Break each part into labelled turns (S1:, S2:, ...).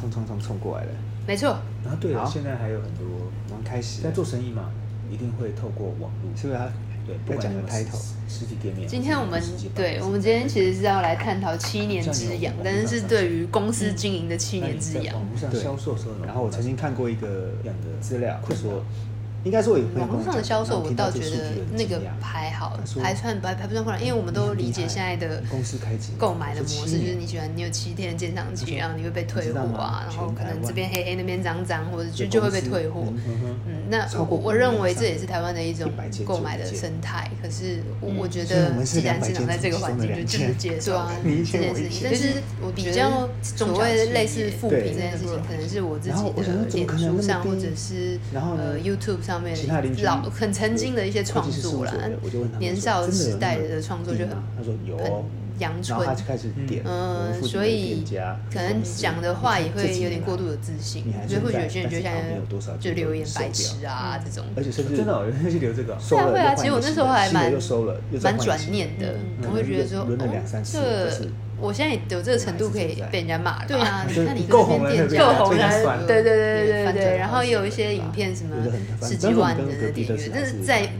S1: 冲冲冲冲过来了。
S2: 没错，
S1: 然后对
S3: 啊
S1: 了，
S2: 好
S1: 现在还有很多，我们开始现在做生意嘛，一定会透过网络，是不是啊他？
S2: 对
S1: 对，不
S2: 要
S1: 管
S2: 讲
S1: 你
S2: 个
S1: 们实
S2: title
S1: 实体
S3: 啊
S1: 店面，
S2: 今天我们
S1: 还是实体办公室
S2: 对我们今天其实是要来探讨七年之痒，但是是对于公司经营的七
S1: 那
S2: 年
S1: 你
S2: 之
S1: 在
S2: 痒。
S1: 网络上对销售的时候呢，然后我曾经看过一个两个资料，困就扰说，应该说有朋友
S2: 网
S1: 跟
S2: 络
S1: 我
S2: 上的销售，
S1: 讲
S2: 我
S1: 然
S2: 倒
S1: 后听到
S2: 觉
S1: 这
S2: 得
S1: 数据很
S2: 那个
S1: 惊讶
S2: 还好
S1: 他，说
S2: 还算还还不算困难，因为我们都理解现在的
S1: 公司开几年
S2: 购买的
S1: 说
S2: 模
S1: 七
S2: 式，就
S1: 年
S2: 是你喜欢你有七天的鉴赏期，
S1: 没错
S2: 然后你会被退
S1: 你知道
S2: 货
S1: 吗
S2: 啊，然后可
S1: 全台
S2: 能
S1: 湾
S2: 这边黑黑那边脏脏，或者就
S1: 有
S2: 就会
S1: 公
S2: 被
S1: 司
S2: 退货。
S1: 嗯嗯哼
S2: 嗯，那
S1: 超
S2: 我
S1: 过
S2: 我
S1: 500
S2: 认为
S1: 以上
S2: 这也是台湾的一种
S1: 100件
S2: 购买的
S1: 只有一件
S2: 生态。可是我嗯我觉
S1: 所以我
S2: 得，
S1: 们是
S2: 既然
S1: 200
S2: 市场在这个环境，
S1: 件
S2: 就就
S1: 中
S2: 是
S1: 的
S2: 接受啊
S1: 你一
S2: 这
S1: 千
S2: 件
S1: 我
S2: 事
S1: 一
S2: 情。
S1: 千
S2: 但是我比较所谓类似复评
S1: 对
S2: 这件事情，可能是我自
S1: 然
S2: 己
S1: 后我想说
S2: 的
S1: 怎么
S2: 脸
S1: 可能
S2: 书
S1: 那么
S2: 上
S1: 低
S2: 或者是
S1: 然后呢
S2: 呃 YouTube 上面
S1: 其他邻居
S2: 老很曾经的一些创作啦
S1: 会计师事务所的我就问他们说，
S2: 年少
S1: 真的有
S2: 时代
S1: 那么
S2: 的创作就
S1: 硬吗
S2: 很
S1: 他说有
S2: 很
S1: 哦，
S2: 阳
S1: 然后他就。
S2: 春
S1: 开始点，我们
S2: 嗯，
S1: 附近
S2: 所
S1: 的
S2: 以
S1: 店家
S2: 可能讲的话也会有点过度。
S1: 公司
S2: 的自信
S1: 你还，
S2: 所以
S1: 存
S2: 或许
S1: 在
S2: 有些人就
S1: 但是
S2: 像
S1: 旁边有多少就
S2: 就留言
S1: 收
S2: 白
S1: 掉
S2: 痴啊这种。
S1: 而且甚至
S3: 真的、哦，有人去留这个、哦。
S1: 收了
S2: 会啊
S1: 又换一个
S2: 其实我那时候还
S1: 新的
S2: 蛮
S1: 又收了，又再换一
S2: 蛮
S1: 个
S2: 转
S1: 新
S2: 念的，
S1: 嗯
S2: 我会觉得说，
S1: 轮了
S2: 哦
S1: 两三，次就
S2: 这
S1: 是
S2: 我现在有这个程度可以被人家骂了吧，
S4: 对啊
S2: 那
S3: 就
S2: 你
S3: 你够红
S2: 这边
S3: 了
S2: 店家
S3: 对不对够红了
S2: 被人家
S3: 算了
S2: 对对对对
S1: 也
S2: 对
S1: 翻成
S2: 对，然后
S1: 好几
S2: 也有
S1: 倍
S2: 一些影
S1: 吧
S2: 片什么
S1: 有的很
S2: 十
S1: 但
S2: 几
S1: 是我
S2: 万
S1: 们
S2: 的
S1: 跟隔
S2: 那
S1: 壁的
S2: 订阅
S1: 是，
S2: 但
S1: 还
S2: 是
S1: 是
S2: 在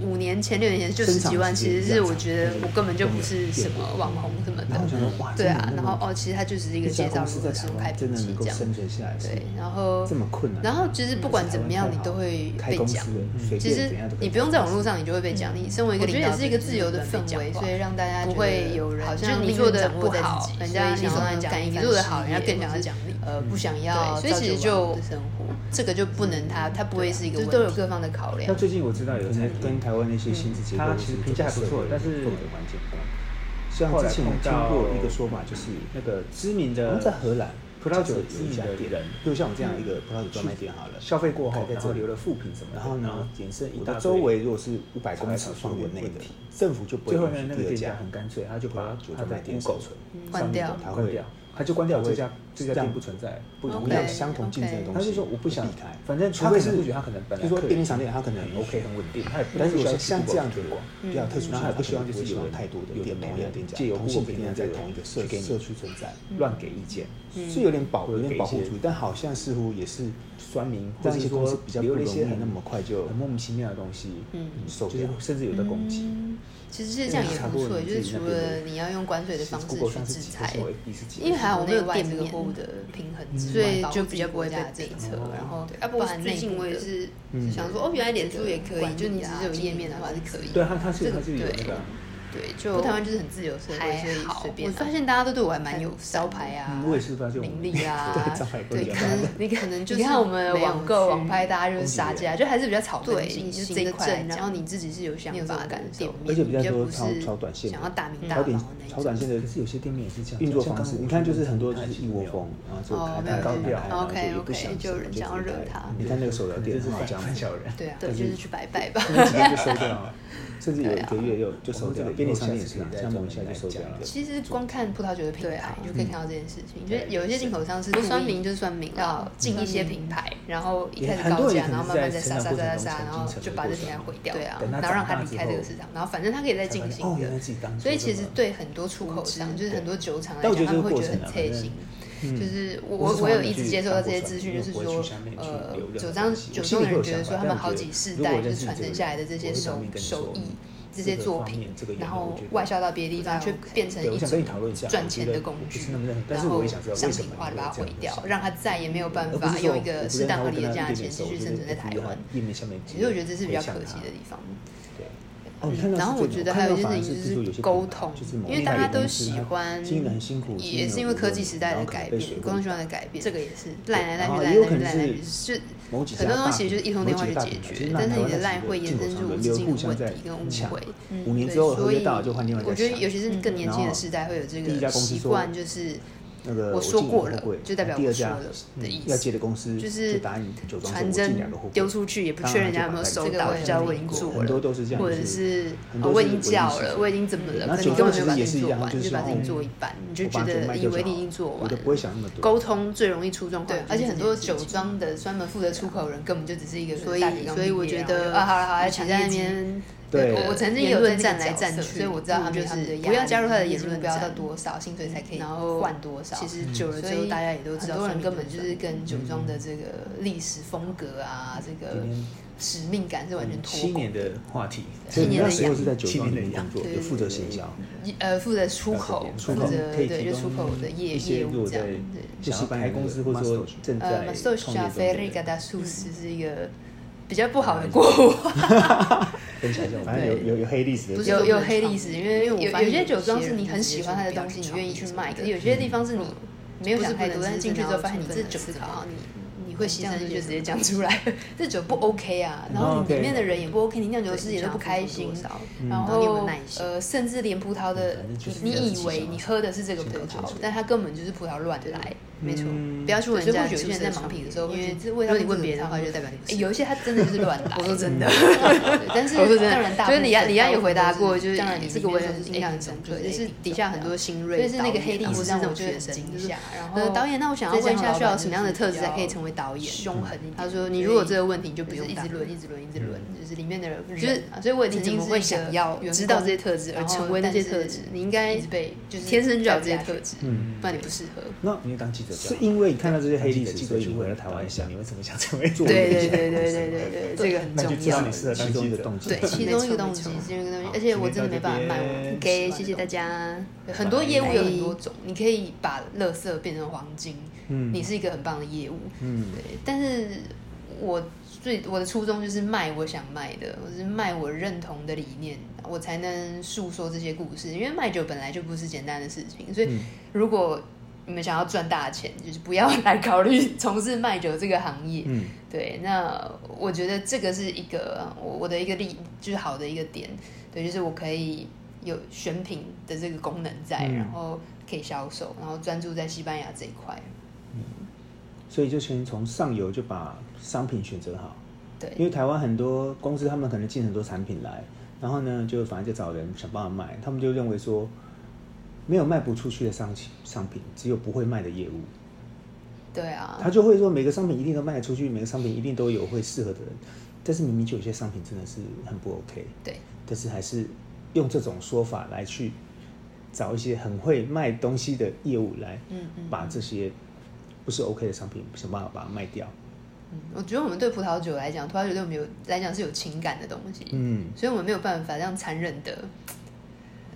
S2: 五五年前六年前就十几
S1: 生
S2: 万，
S1: 长时
S2: 其
S1: 间
S2: 实是我觉得
S1: 比较长
S2: 我根本就不是什么网红什么
S1: 然后我想
S2: 的，
S1: 说哇，
S2: 对啊
S1: 真，的
S2: 然
S1: 那么
S2: 后哦，其实它就只是一个
S1: 一家
S2: 介绍
S1: 公
S2: 如
S1: 司在
S2: 何使
S1: 台
S2: 用开
S1: 湾真
S2: 瓶
S1: 的
S2: 器
S1: 能够
S2: 这样，
S1: 生存下来，
S2: 对，然后
S1: 这么困难。
S2: 然后就是不管怎么样，你都会
S1: 开
S2: 被
S1: 公司
S2: 讲。嗯
S1: 的随便
S2: 其实
S1: 怎样都可以
S2: 你不用在网络上，你就会被讲。你身为一个
S4: 我觉
S2: 领
S4: 得
S2: 导，
S4: 也是一个自由的氛围，所以让大家
S2: 不
S4: 觉得
S2: 会有人
S4: 好
S2: 就
S4: 像
S2: 你
S4: 命
S2: 做
S4: 运
S2: 的
S4: 掌
S2: 不
S4: 握在自
S2: 好
S4: 己，，
S2: 人家
S4: 所以
S2: 想
S4: 想
S2: 要
S4: 要
S2: 讲
S4: 讲
S2: 你
S4: 一番
S2: 做的
S4: 事
S2: 好，人家
S4: 业
S2: 更想
S4: 或
S2: 要
S4: 者
S2: 讲你。
S4: 呃不想要，
S2: 对，所以其实就生活这个就不能他，他不会是一个
S4: 就
S2: 问题，
S4: 啊都有各方的考量
S2: 啊
S1: 像。最近我知道有在跟台湾的一些薪资结构
S3: 嗯，它其实评价还不错但是
S1: 氛围蛮简单。像之前我听过一个说法，就是
S3: 那个知名
S1: 我
S3: 的
S1: 们在荷兰
S3: 呃葡萄酒
S1: 有
S3: 知
S1: 一
S3: 名
S1: 家
S3: 的
S1: 店
S3: 人，，嗯
S1: 就像我这样一个葡萄酒专卖店好了，
S3: 消费过后，
S1: 开在
S3: 然
S1: 这
S3: 后
S1: 里
S3: 留了负评什么的，
S1: 然后呢，
S3: 衍生一
S1: 我
S3: 大
S1: 的
S3: 堆
S1: 周围如果是五百公尺范围内的，政府就不会
S3: 最后面
S1: 允许
S3: 那
S1: 第
S3: 个
S1: 二
S3: 店
S1: 家
S3: 家很干脆，他就把
S1: 酒
S3: 他
S1: 专卖
S3: 的
S1: 店
S3: Google
S1: 生存
S2: 关掉
S1: 他
S3: 关
S1: 会
S3: 掉，他就关掉这家
S1: 让
S3: 这家店不存在，不
S1: 不同
S2: OK，
S1: 样相同竞争的
S2: OK
S1: 东西，
S3: 他就说我不想
S1: 避开，
S3: 反正除
S1: 他
S3: 非
S1: 可
S3: 你
S1: 是
S3: 不许他可能本来
S1: 就说
S3: 可以
S1: 便利商店他可能
S3: 很 OK 很稳定，他也不
S1: 但是
S3: 需
S1: 我
S3: 要
S1: 说像这样推广，
S2: 嗯
S1: 比较特殊性，
S3: 然后还不希望
S1: 他可能
S3: 就是
S1: 不
S3: 有
S1: 会希望
S3: 人
S1: 太多的
S3: 有
S1: 店
S3: 的
S1: 同
S3: 没
S1: 样
S3: 的
S1: 店家
S3: 借由
S1: 同性
S3: Google
S1: 店家在同一个社
S3: 去给你
S1: 社区存在，
S3: 乱给意见，
S1: 是有点保有点保护
S3: 或者
S1: 主义
S3: 给一，些
S1: 但好像似乎也是
S3: 酸民，或
S1: 让
S3: 者
S1: 一
S3: 是
S1: 些
S3: 说
S1: 公司比较不
S3: 留了
S1: 容
S3: 一
S1: 易
S3: 些很
S1: 那么快就
S3: 很莫名其妙的东西，
S2: 嗯
S1: 受
S3: 就
S1: 不
S3: 是
S1: 了。
S3: 甚至有的攻击。
S2: 嗯其实这样也不错，就是除了你要用关税的方式
S3: Google
S2: 去
S3: 上次
S2: 制
S3: 几个
S2: 裁
S3: 什，么 FB 是几个
S2: 因为还好我们有
S4: 内外
S2: 店
S4: 这个
S2: 面
S4: 货物的
S2: 平衡，
S3: 嗯
S2: 所以就比较不会被
S4: 这
S2: 被
S4: 一
S2: 测
S4: 侧。
S2: 然后
S4: 对，
S2: 啊，
S4: 啊
S2: 不
S4: 不
S2: 然
S4: 然
S2: 最
S4: 最
S2: 近
S4: 近
S2: 我
S4: 我
S2: 也
S4: 也
S2: 是
S4: 是
S2: 想说，哦，原来脸书也可
S4: 管
S2: 以，
S4: 理
S2: 就你只
S4: 啊
S2: 是有
S4: 经
S2: 页
S4: 营
S2: 面的
S4: 啊
S2: 话是
S4: 这
S2: 可以。
S3: 对，他他是
S2: 这个
S3: 他是有那个啊，
S2: 对，就
S4: 不台湾就是很自由社会，所
S2: 还
S4: 以
S2: 好
S4: 随。便
S2: 我
S4: 啊。
S2: 发现大家都对我还蛮友善，招牌啊
S3: 嗯我也是发现我
S2: 呃名
S3: 们
S2: 利 啊
S1: 对招牌，不一
S2: 对，
S1: 样
S2: 可 能你可能就是
S4: 你看我们
S2: 没有
S4: 网购
S2: 去
S4: 网拍大家就是
S2: 杀
S4: 杀
S2: 价，
S4: 价
S2: 就还是比较草
S4: 对
S2: 根性，
S4: 你
S2: 就是
S4: 行
S2: 这一
S4: 得
S2: 块
S4: 正
S2: 来讲，
S4: 然
S2: 然后
S4: 后
S2: 你
S4: 你
S2: 自己是有想
S4: 你有这
S2: 法
S4: 种
S2: 感嗯
S4: 感
S2: 店
S4: 受
S2: 面，
S1: 而且比较
S2: 你
S1: 多
S2: 不
S1: 超
S2: 是
S1: 超短线的
S2: 想要大名大
S1: 超
S2: 放
S1: 点
S2: 的那
S1: 超
S2: 一
S1: 短
S2: 种。
S1: 线的
S3: 可是有些店面也是这样
S1: 运作
S3: 像
S1: 方
S3: 刚
S1: 式，
S3: 刚我
S1: 你看
S3: 去
S1: 就是
S3: 的
S1: 很多就
S3: 那
S1: 是
S3: 台
S1: 一窝蜂，啊然后做
S2: 哦
S1: 开
S2: 没有
S1: 开
S2: 没
S1: 开
S2: 有
S1: 开，然后就也不
S2: OK，OK，
S1: 想
S2: 就有人想要惹他
S1: 你看那个手摇店很好讲，
S3: 很小人，
S2: 对啊，对，就是去拜拜 吧。
S1: 那几天就收掉了，甚至有一个月又就收掉了，
S3: 对啊
S1: 便利商店也是啊，像某一下就收掉了。
S2: 其实光看葡萄酒的品
S4: 对
S2: 牌
S4: 啊，
S2: 你就可以看到这件事情。就是
S3: 对
S2: 有一些进口商是
S4: 故意
S2: 酸民就是酸民，要进一些品牌，然后一开
S3: 嗯也
S2: 始
S3: 很
S2: 高
S3: 多
S2: 价，
S3: 人
S2: 然后
S3: 可
S2: 慢
S3: 能
S2: 慢
S3: 是
S2: 再
S3: 在
S2: 杀杀
S3: 成长过
S2: 杀
S3: 程
S2: 杀，
S3: 中
S2: 然后就把这品牌毁掉，
S4: 对啊
S2: 然
S3: 等
S2: 后
S3: 他
S2: 让
S3: 长
S2: 它
S3: 大
S2: 离
S3: 之
S2: 开这个
S3: 后
S2: 市场，然后反正它可以再进
S3: 哦
S2: 行
S3: 原来
S2: 的。
S3: 自己当初
S2: 所以其
S3: 这
S2: 实
S3: 么
S2: 对很多出口商，就是很多酒厂来
S1: 但我
S2: 讲，
S1: 觉得
S2: 他们会
S1: 这个
S2: 觉得
S1: 过程啊
S2: 很贴心。
S1: 嗯
S2: 就是我
S3: 我
S2: 我
S3: 是
S2: 我
S3: 从来
S2: 有
S3: 没
S2: 一直
S3: 去
S2: 接受到
S3: 当
S2: 这
S3: 过
S2: 些
S3: 船
S2: 资讯，
S3: 因
S2: 就
S3: 为
S2: 是
S3: 我不会
S2: 说
S3: 去下面，去
S2: 呃
S3: 留任，何
S2: 酒庄
S3: 东西
S2: 酒
S3: 我心
S2: 庄
S3: 里
S2: 的人
S3: 会有
S2: 觉得
S3: 想
S2: 说
S3: 法
S2: 他们
S3: 但
S2: 好
S3: 我
S2: 几世
S3: 如果
S2: 代
S3: 我
S2: 就
S3: 认识
S2: 传
S3: 这个
S2: 承下来
S3: 人
S2: 的这些
S3: 我会上
S2: 手
S3: 面跟你
S2: 手
S3: 说
S2: 艺
S3: 嗯。
S2: 这些
S3: 这个
S2: 作
S3: 方
S2: 品
S3: 面这个，也
S2: 然
S3: 我
S2: 后
S3: 觉得
S2: 外销到别的地方，
S4: 不太
S2: 就
S4: OK
S2: 变成
S3: 对，我
S2: 一种
S3: 想跟你讨论一下
S2: 赚钱的工
S3: 我
S2: 具
S3: 觉得我不是那么认识，，但
S2: 然
S3: 是我
S2: 后
S3: 也想知道
S2: 商
S3: 为什
S2: 品
S3: 么
S2: 化的
S3: 你
S2: 把
S3: 会
S2: 它
S3: 这
S2: 毁
S3: 样子
S2: 掉
S3: 想，
S2: 让它再也没有办
S3: 我不
S2: 法
S3: 是说
S2: 用一
S3: 我
S2: 个
S3: 不
S2: 适
S3: 认
S2: 当
S3: 他
S2: 合
S3: 我
S2: 理
S3: 跟
S2: 的
S3: 他
S2: 价
S3: 一点
S2: 钱
S3: 熟
S2: 继续
S3: 我就
S2: 生存在
S3: 不
S2: 台
S3: 知道
S2: 湾。
S3: 他页面下面
S2: 其实我觉得这是比较可
S3: 回
S2: 惜
S3: 想他
S2: 的地方。
S3: 对。
S1: 哦，你看到
S2: 然后我觉得还有
S1: 些
S2: 一件事情就是沟通，因为大家都喜欢，
S1: 经营的很辛苦，
S2: 也是因为科技时代的改变，沟
S1: 工
S2: 通循
S1: 具
S2: 环的改变，这个也是赖来
S1: 然
S2: 赖去
S1: 后
S2: 赖
S1: 也有
S2: 来
S1: 可能
S2: 赖去，
S1: 是
S2: 是
S1: 某几家
S2: 很多
S1: 大
S2: 东西
S1: 品
S2: 就是一通电话去解决，但是你的赖会衍生出无止境的问题跟误会。
S1: 五年
S2: 对
S1: 之后合
S2: 所
S1: 约
S2: 以
S1: 到了就换另外一家
S2: 我觉得尤其是更年轻
S1: 然
S2: 的
S1: 后
S2: 世代会有这
S1: 第一
S2: 个
S1: 家公司
S2: 习
S1: 说
S2: 惯，就是
S1: 那个
S2: 我说
S1: 进
S2: 过
S1: 两个
S2: 了
S1: 货柜
S2: 就代表
S1: 第
S2: 我
S1: 二
S2: 说
S1: 家
S2: 了
S1: 嗯
S2: 的意思
S1: 要接的公司
S2: 就是
S1: 答应酒庄说
S2: 传
S1: 我进
S2: 真
S1: 两个货柜
S2: 丢出去也不确认人家有没有收
S4: 当
S2: 到，
S4: 然
S2: 就
S4: 就
S2: 叫
S4: 把它
S2: 我已
S4: 带
S2: 经
S4: 走
S2: 做了，
S1: 很多都是这样，
S2: 或者是
S1: 很
S2: 哦
S1: 多
S2: 我
S1: 是唯
S2: 已经
S1: 一
S2: 叫
S1: 是
S2: 了，我已经怎么了，
S1: 那
S2: 可
S1: 酒
S2: 是你根本
S1: 庄
S2: 没
S1: 其实也
S2: 有把事
S1: 是
S2: 情
S1: 一
S2: 做
S1: 样
S2: 完，
S1: 就
S2: 你就是把事情
S1: 哦
S2: 做一半，你就
S1: 我
S2: 觉
S1: 把酒
S2: 得
S1: 卖
S2: 以
S1: 掉就
S2: 为你已
S1: 好
S2: 经做
S1: 我
S2: 完
S1: 都
S2: 了。
S1: 不会想那么多。
S2: 沟通最容易出状况
S4: 对，
S2: 而且很多酒庄的专门负责出口人根本就只是一个
S4: 所以
S2: 大体量
S4: 所以我
S2: 毕业
S4: 觉得
S2: 然后就啊，好了好了，
S4: 抢
S2: 抢在那
S4: 业绩
S2: 边
S1: 对
S2: 我我曾经
S4: 言
S2: 有在
S4: 论
S2: 那
S4: 战
S2: 个
S4: 来
S2: 角
S4: 战
S2: 色
S4: 去
S2: 所以我知道他们
S4: 就
S2: 他
S4: 是
S2: 们的
S4: 不
S2: 压
S4: 要
S2: 力
S4: 加入他的
S2: 已
S4: 言
S2: 经
S4: 论
S2: 不要
S4: 战
S2: 到多少，薪水才可以
S4: 然后
S2: 换多少。
S4: 其实久了之后，
S2: 所以
S4: 大家也都知道，
S2: 很多人根本就是
S4: 嗯
S2: 跟酒庄的这个历史风格啊，这个
S3: 今天嗯
S2: 使命感是完全脱
S3: 七
S2: 钩
S3: 年。的话题，
S1: 所以
S2: 七
S1: 你
S2: 年
S1: 那
S2: 的
S1: 时候是在酒
S3: 七
S1: 庄里
S3: 年的
S1: 面
S3: 养
S1: 工作，
S2: 对
S1: 有负责行销，
S2: 一呃，负责出口，
S3: 出
S2: 负
S3: 口
S2: 责
S1: 可以
S2: 对，
S1: 提
S2: 就
S1: 供
S2: 出口的业
S1: 一些
S2: 业
S1: 如果
S2: 务这
S1: 在
S2: 样。对，
S1: 就西班牙公司或者说正
S2: 呃
S1: 在
S2: m a s
S4: 啊
S2: t o
S1: 创
S2: c h a
S1: 业
S2: f e r i
S1: 中
S2: g a
S1: 的
S2: da s u s 是一个比较不好的国话，
S1: 分享一下，反正有有有黑历史的
S4: 不是
S1: 酒
S2: 有
S1: 庄，
S2: 有黑历史，因为因为我
S4: 有
S2: 发现
S4: 有些酒庄
S2: 些
S4: 是
S2: 人
S4: 你
S2: 就
S4: 很
S2: 直接
S4: 喜欢
S2: 说
S4: 它的
S2: 不要
S4: 东西
S2: 去
S4: 你
S2: 创
S4: 愿意
S2: 业
S4: 去
S2: 什么
S4: 卖可
S2: 的
S4: 是有些地方是你
S2: 没
S4: 没
S2: 有
S4: 有
S2: 想
S4: 想
S2: 太
S4: 太
S2: 多，
S4: 多，
S2: 但
S4: 但
S2: 是
S4: 嗯是
S2: 进去之
S4: 进去之
S2: 后
S4: 后
S2: 发
S4: 发
S2: 现你
S4: 现你
S2: 这酒
S4: 这酒
S2: 不
S4: 不
S2: 好
S4: 好，
S2: 你
S4: 你
S2: 你
S4: 你
S2: 会
S4: 会
S2: 牺
S4: 牺
S2: 牲
S4: 牲
S2: 就
S4: 就
S2: 直
S4: 直
S2: 接
S4: 接
S2: 讲
S4: 讲
S2: 出
S4: 出
S2: 来
S4: 来，
S2: 这酒不 OK 啊，然后你里面的人也不 OK，你酿酒师也都不开心，然
S4: 嗯你有没
S2: 后
S4: 有耐心
S2: 呃，甚至连葡萄的
S3: 嗯反正就是
S2: 你
S3: 这样
S2: 你
S3: 子
S2: 以为你喝的是这个葡
S3: 先搞清
S2: 萄
S3: 楚，嗯
S2: 但它根本就是葡萄乱来。
S4: 没错，
S2: 不要去问人
S4: 所以
S2: 家
S4: 或许有
S2: 出
S4: 些人
S2: 生
S4: 在
S2: 场
S4: 忙
S2: 地
S4: 别
S2: 的
S4: 的
S2: 时
S4: 时
S2: 候
S4: 候，
S2: 会
S4: 因
S2: 觉
S4: 为
S2: 得这
S4: 这
S2: 味道你问
S4: 味道你问
S2: 别人
S4: 别人
S2: 的
S4: 的
S2: 话
S4: 话，
S2: 就
S4: 就
S2: 代
S4: 代
S2: 表
S4: 表
S2: 你不
S4: 你
S2: 是
S4: 有一些他真的就是乱来。
S2: 我说真的，
S4: 但是
S2: 我说真的
S4: 当然大部
S2: 就
S4: 分
S2: 是你要你要有
S4: 大部
S2: 回
S4: 分
S2: 答
S4: 都是
S2: 过，就是
S4: 当然你
S2: 这个我也
S4: 里
S2: 很
S4: 面都是
S2: 印象
S4: A
S2: 很
S4: 品
S2: 深刻，
S4: 种
S2: 就是
S4: ，A
S2: 底
S4: 品
S2: 下
S4: 种
S2: 很多新
S4: 所
S2: 锐，
S4: 以是那个黑历史
S2: 让
S4: 让
S2: 我
S4: 我
S2: 觉
S4: 觉
S2: 得
S4: 得
S2: 很
S4: 很
S2: 惊
S4: 惊
S2: 吓然
S4: 吓。呃
S2: 后
S4: 导演那我想要问一下需要有什么样的特质才可以成
S2: 为导演？凶狠一点，
S4: 他
S2: 他
S4: 说
S2: 说
S4: 你
S2: 你
S4: 如
S2: 如果
S4: 果这
S2: 这
S4: 个
S2: 个
S4: 问
S2: 问
S4: 题
S2: 题
S4: 就
S2: 就
S4: 不
S2: 不
S4: 用
S2: 用
S4: 打
S2: 一直轮一直轮一直轮，就是里面的人，就是
S4: 啊
S2: 所以我也
S4: 你
S2: 曾
S4: 怎
S2: 经
S4: 么
S2: 是
S4: 会
S2: 一个
S4: 想要
S2: 员
S4: 知道
S2: 工
S4: 这些特质而
S2: 然后
S4: 成为那些
S2: 但是
S4: 特质你应该
S2: 一直被就是
S4: 天生就有这些
S2: 带不下去
S4: 特质
S1: 嗯，
S2: 不然你不适合。
S1: 那
S3: 你当记者
S1: 是因为你看到这些黑历史，
S3: 记
S1: 所
S3: 者
S1: 以
S3: 去
S1: 你回
S3: 问
S1: 来台湾一下，
S3: 你为什么想成为
S1: 做
S3: 对
S1: 对对
S2: 对对对
S1: 对对
S2: 对对
S1: 对
S2: 对
S1: 对
S2: 对，这
S4: 这
S2: 个
S4: 个
S2: 很
S4: 很
S3: 那就
S2: 重
S3: 知道
S2: 要
S3: 你。适
S1: 其中
S3: 合当记
S1: 一个
S3: 者。
S1: 动机
S2: 对，
S4: 没错
S2: 其中一个东西
S4: 没错
S2: 是这个东西
S3: 好，
S2: 而且我
S3: 今天
S2: 真的
S3: 到
S2: 没
S3: 这
S2: 办法卖
S3: 边
S2: 我。
S4: OK，谢谢大家。
S2: 很多业务有很多种，你可以把垃圾变成黄金，
S1: 嗯
S2: 你是一个很棒的业务。
S1: 嗯，
S2: 对，但是我最我的初衷就是卖我想卖的，我是卖我认同的理念，我才能诉说这些故事。因为卖酒本来就不是简单的事情，所以
S1: 嗯
S2: 如果你们想要赚大钱，就是不要来考虑从事卖酒这个行业。
S1: 嗯，
S2: 对，那我觉得这个是一个呃我我的一个利，就是好的一个点，对，就是我可以有选品的这个功能在，
S1: 嗯
S2: 然后可以销售，然后专注在西班牙这一块，
S1: 所以就先从上游就把商品选择好，
S2: 对，
S1: 因为台湾很多公司他们可能进很多产品来，然后呢就反正就找人想办法卖，他们就认为说没有卖不出去的商品商品，只有不会卖的业务，
S2: 嗯对啊，
S1: 他就会说每个商品一定都卖得出去，每个商品一定都有会适合的人，但是明明就有些商品真的是很不 OK，
S2: 对，
S1: 但是还是用这种说法来去找一些很会卖东西的业务来
S2: 嗯嗯，
S1: 把这些不是 OK 的商品想办法把它卖掉，
S2: 嗯我觉得我们对葡萄酒来讲，葡萄酒对我们有来讲是有情感的东西，
S1: 嗯。
S2: 所以我们没有办法这样残忍的。呃，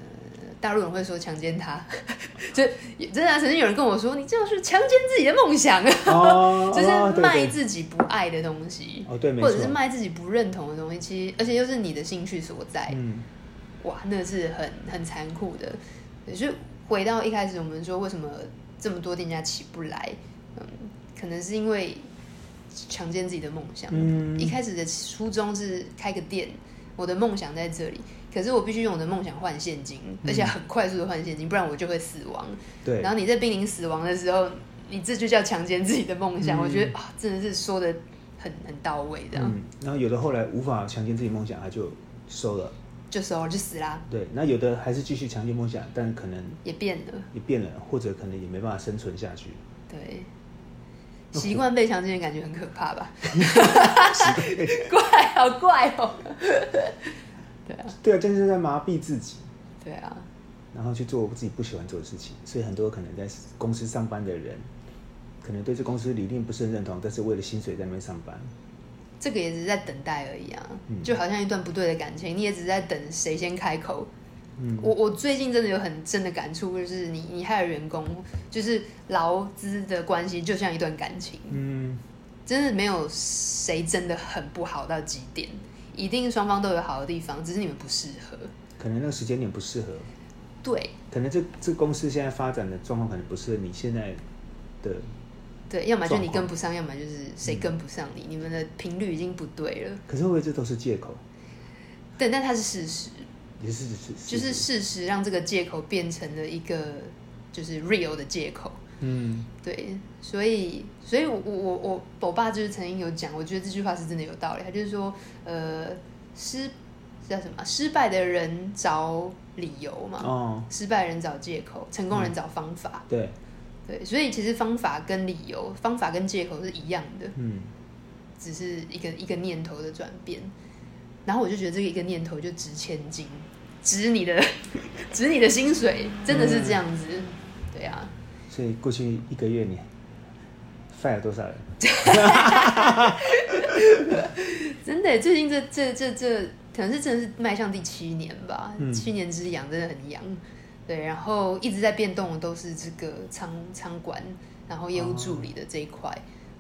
S2: 大陆人会说强奸他， 就真的啊、曾经有人跟我说，你这样是强奸自己的梦想啊，
S1: 哦
S2: 就
S1: 哦
S2: 是
S1: 对
S2: 卖
S1: 对
S2: 自己不爱的东西，
S1: 哦，对，没
S2: 或
S1: 错，
S2: 者是卖自己不认同的东西，其实而且又是你的兴趣所在，
S1: 嗯
S2: 哇，那是很很残酷的。也是回到一开始我们说，为什么这么多店家起不来？嗯，可能是因为强奸自己的梦想。
S1: 嗯
S2: 一开始的初衷是开个店，我的梦想在这里，可是我必须用我的梦想换现金，而且很快速的换现金，不然我就会死亡。
S1: 嗯对，
S2: 然后你在濒临死亡的时候，你这就叫强奸自己的梦想。我觉得啊，真的是说的很很到位，这样、
S1: 嗯，然后有的后来无法强奸自己梦想，他就收了，
S2: 就收了就死啦，
S1: 对，那有的还是继续强奸梦想，但可能
S2: 也变了。
S1: 也变了，或者可能也没办法生存下去，
S2: 对，习惯被强奸的感觉很可怕吧？ 怪，好怪哦。对啊，
S1: 对啊，真是在麻痹自己，
S2: 对啊，
S1: 然后去做自己不喜欢做的事情，所以很多可能在公司上班的人，可能对这公司理念不是很认同，但是为了薪水在那边上班，
S2: 这个也只是在等待而已啊，
S1: 嗯
S2: 就好像一段不对的感情，你也只是在等谁先开口。
S1: 嗯，
S2: 我我最近真的有很深的感触，就是你你害了员工，就是劳资的关系就像一段感情，
S1: 嗯，
S2: 真的没有谁真的很不好到极点，一定双方都有好的地方，只是你们不适合。
S1: 可能那个时间点不适合，
S2: 对，
S1: 可能这这公司现在发展的状况可能不适合你现在的
S2: 对，要么就你
S1: 状况嗯
S2: 跟不上，要么就是谁跟不上你，你们的频率已经不对了。
S1: 可是会不会这都是借口？
S2: 对，但它是事实，
S1: 也是是
S2: 就是事实让这个借口变成了一个就是 real 的借口。
S1: 嗯
S2: 对，所以，所以我我我我我爸就是曾经有讲，我觉得这句话是真的有道理。他就是说，呃，失叫什么啊？失败的人找理由嘛，
S1: 哦嗯
S2: 失败人找借口，成功人找方法。
S1: 对
S2: 对，所以其实方法跟理由、方法跟借口是一样的。
S1: 嗯
S2: 只是一个一个念头的转变。然后我就觉得这个一个念头就值千金，值你的， 值你的薪水，真的是这样子。对啊，
S1: 所以过去一个月你 fire 多少人？
S2: 真的，最近这这这这，可能是真的是迈向第七年吧，
S1: 嗯
S2: 七年之痒真的很痒。对，然后一直在变动的都是这个仓仓管，然后业务助理的这一块。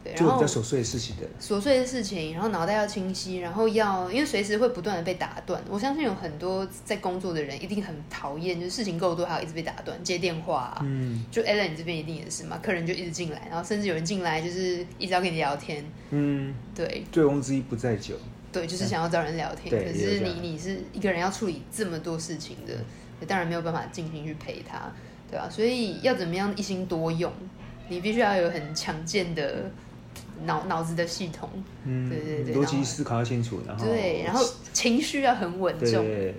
S2: 对，然
S1: 做
S2: 后
S1: 比较琐碎的事情的，
S2: 琐碎的事情，然后脑袋要清晰，然后要因为随时会不断的被打断。我相信有很多在工作的人一定很讨厌，就是事情够多还要一直被打断，接电话、啊。
S1: 嗯
S2: 就 Alan 你这边一定也是嘛，客人就一直进来，然后甚至有人进来就是一直要跟你聊天，
S1: 嗯，
S2: 对
S1: 醉翁之意不在酒，
S2: 对，就是想要找人聊天。
S1: 嗯对
S2: 可
S1: 也有
S2: 是
S1: 这
S2: 你
S1: 样嗯
S2: 你是一个人要处理这么多事情的，你当然没有办法尽心去陪他，对吧、所以要怎么样一心多用，你必须要有很强健的脑脑子的系统。
S1: 嗯，
S2: 对对对
S1: 逻
S2: 然
S1: 辑
S2: 后
S1: 思考要清楚，然后
S2: 对，然后情绪要很稳
S1: 对
S2: 重，
S1: 哦对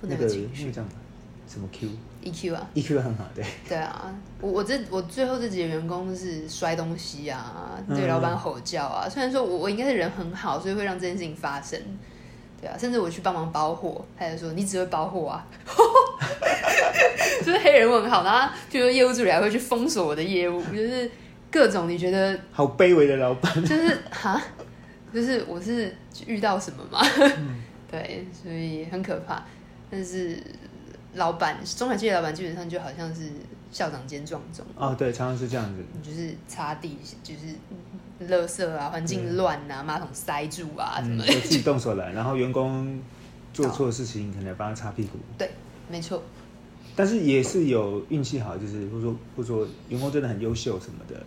S2: 不
S1: 那
S2: 能
S1: 个嗯那
S2: 有情
S1: 个
S2: 绪。
S1: 叫什么什么 Q
S2: EQ 啊，
S1: EQ 很好，对，
S2: 对啊，我我这我最后这几个员工就是摔东西啊，
S1: 嗯
S2: 对老板吼叫啊。虽然说我我应该是人很好，所以会让这件事情发生。对啊，甚至我去帮忙包货，他就说你只会包货啊， 就是黑人问号。然后他，譬如说业务助理还会去封锁我的业务，就是各种你觉得
S1: 好卑微的老板，
S2: 就是哈，就是我是遇到什么嘛，
S1: 嗯
S2: 对，所以很可怕。但是老板，中小企业老板基本上就好像是校长兼撞钟，
S1: 哦，对，常常是这样子，
S2: 你就是擦地，就是垃圾啊，环境乱啊，马桶塞住啊什
S1: 嗯，
S2: 么
S1: 就自己动手了，然后员工做错事情，可能帮他擦屁股，
S2: 对，没错，
S1: 但是也是有运气好，就是或者说或者说员工真的很优秀什么的，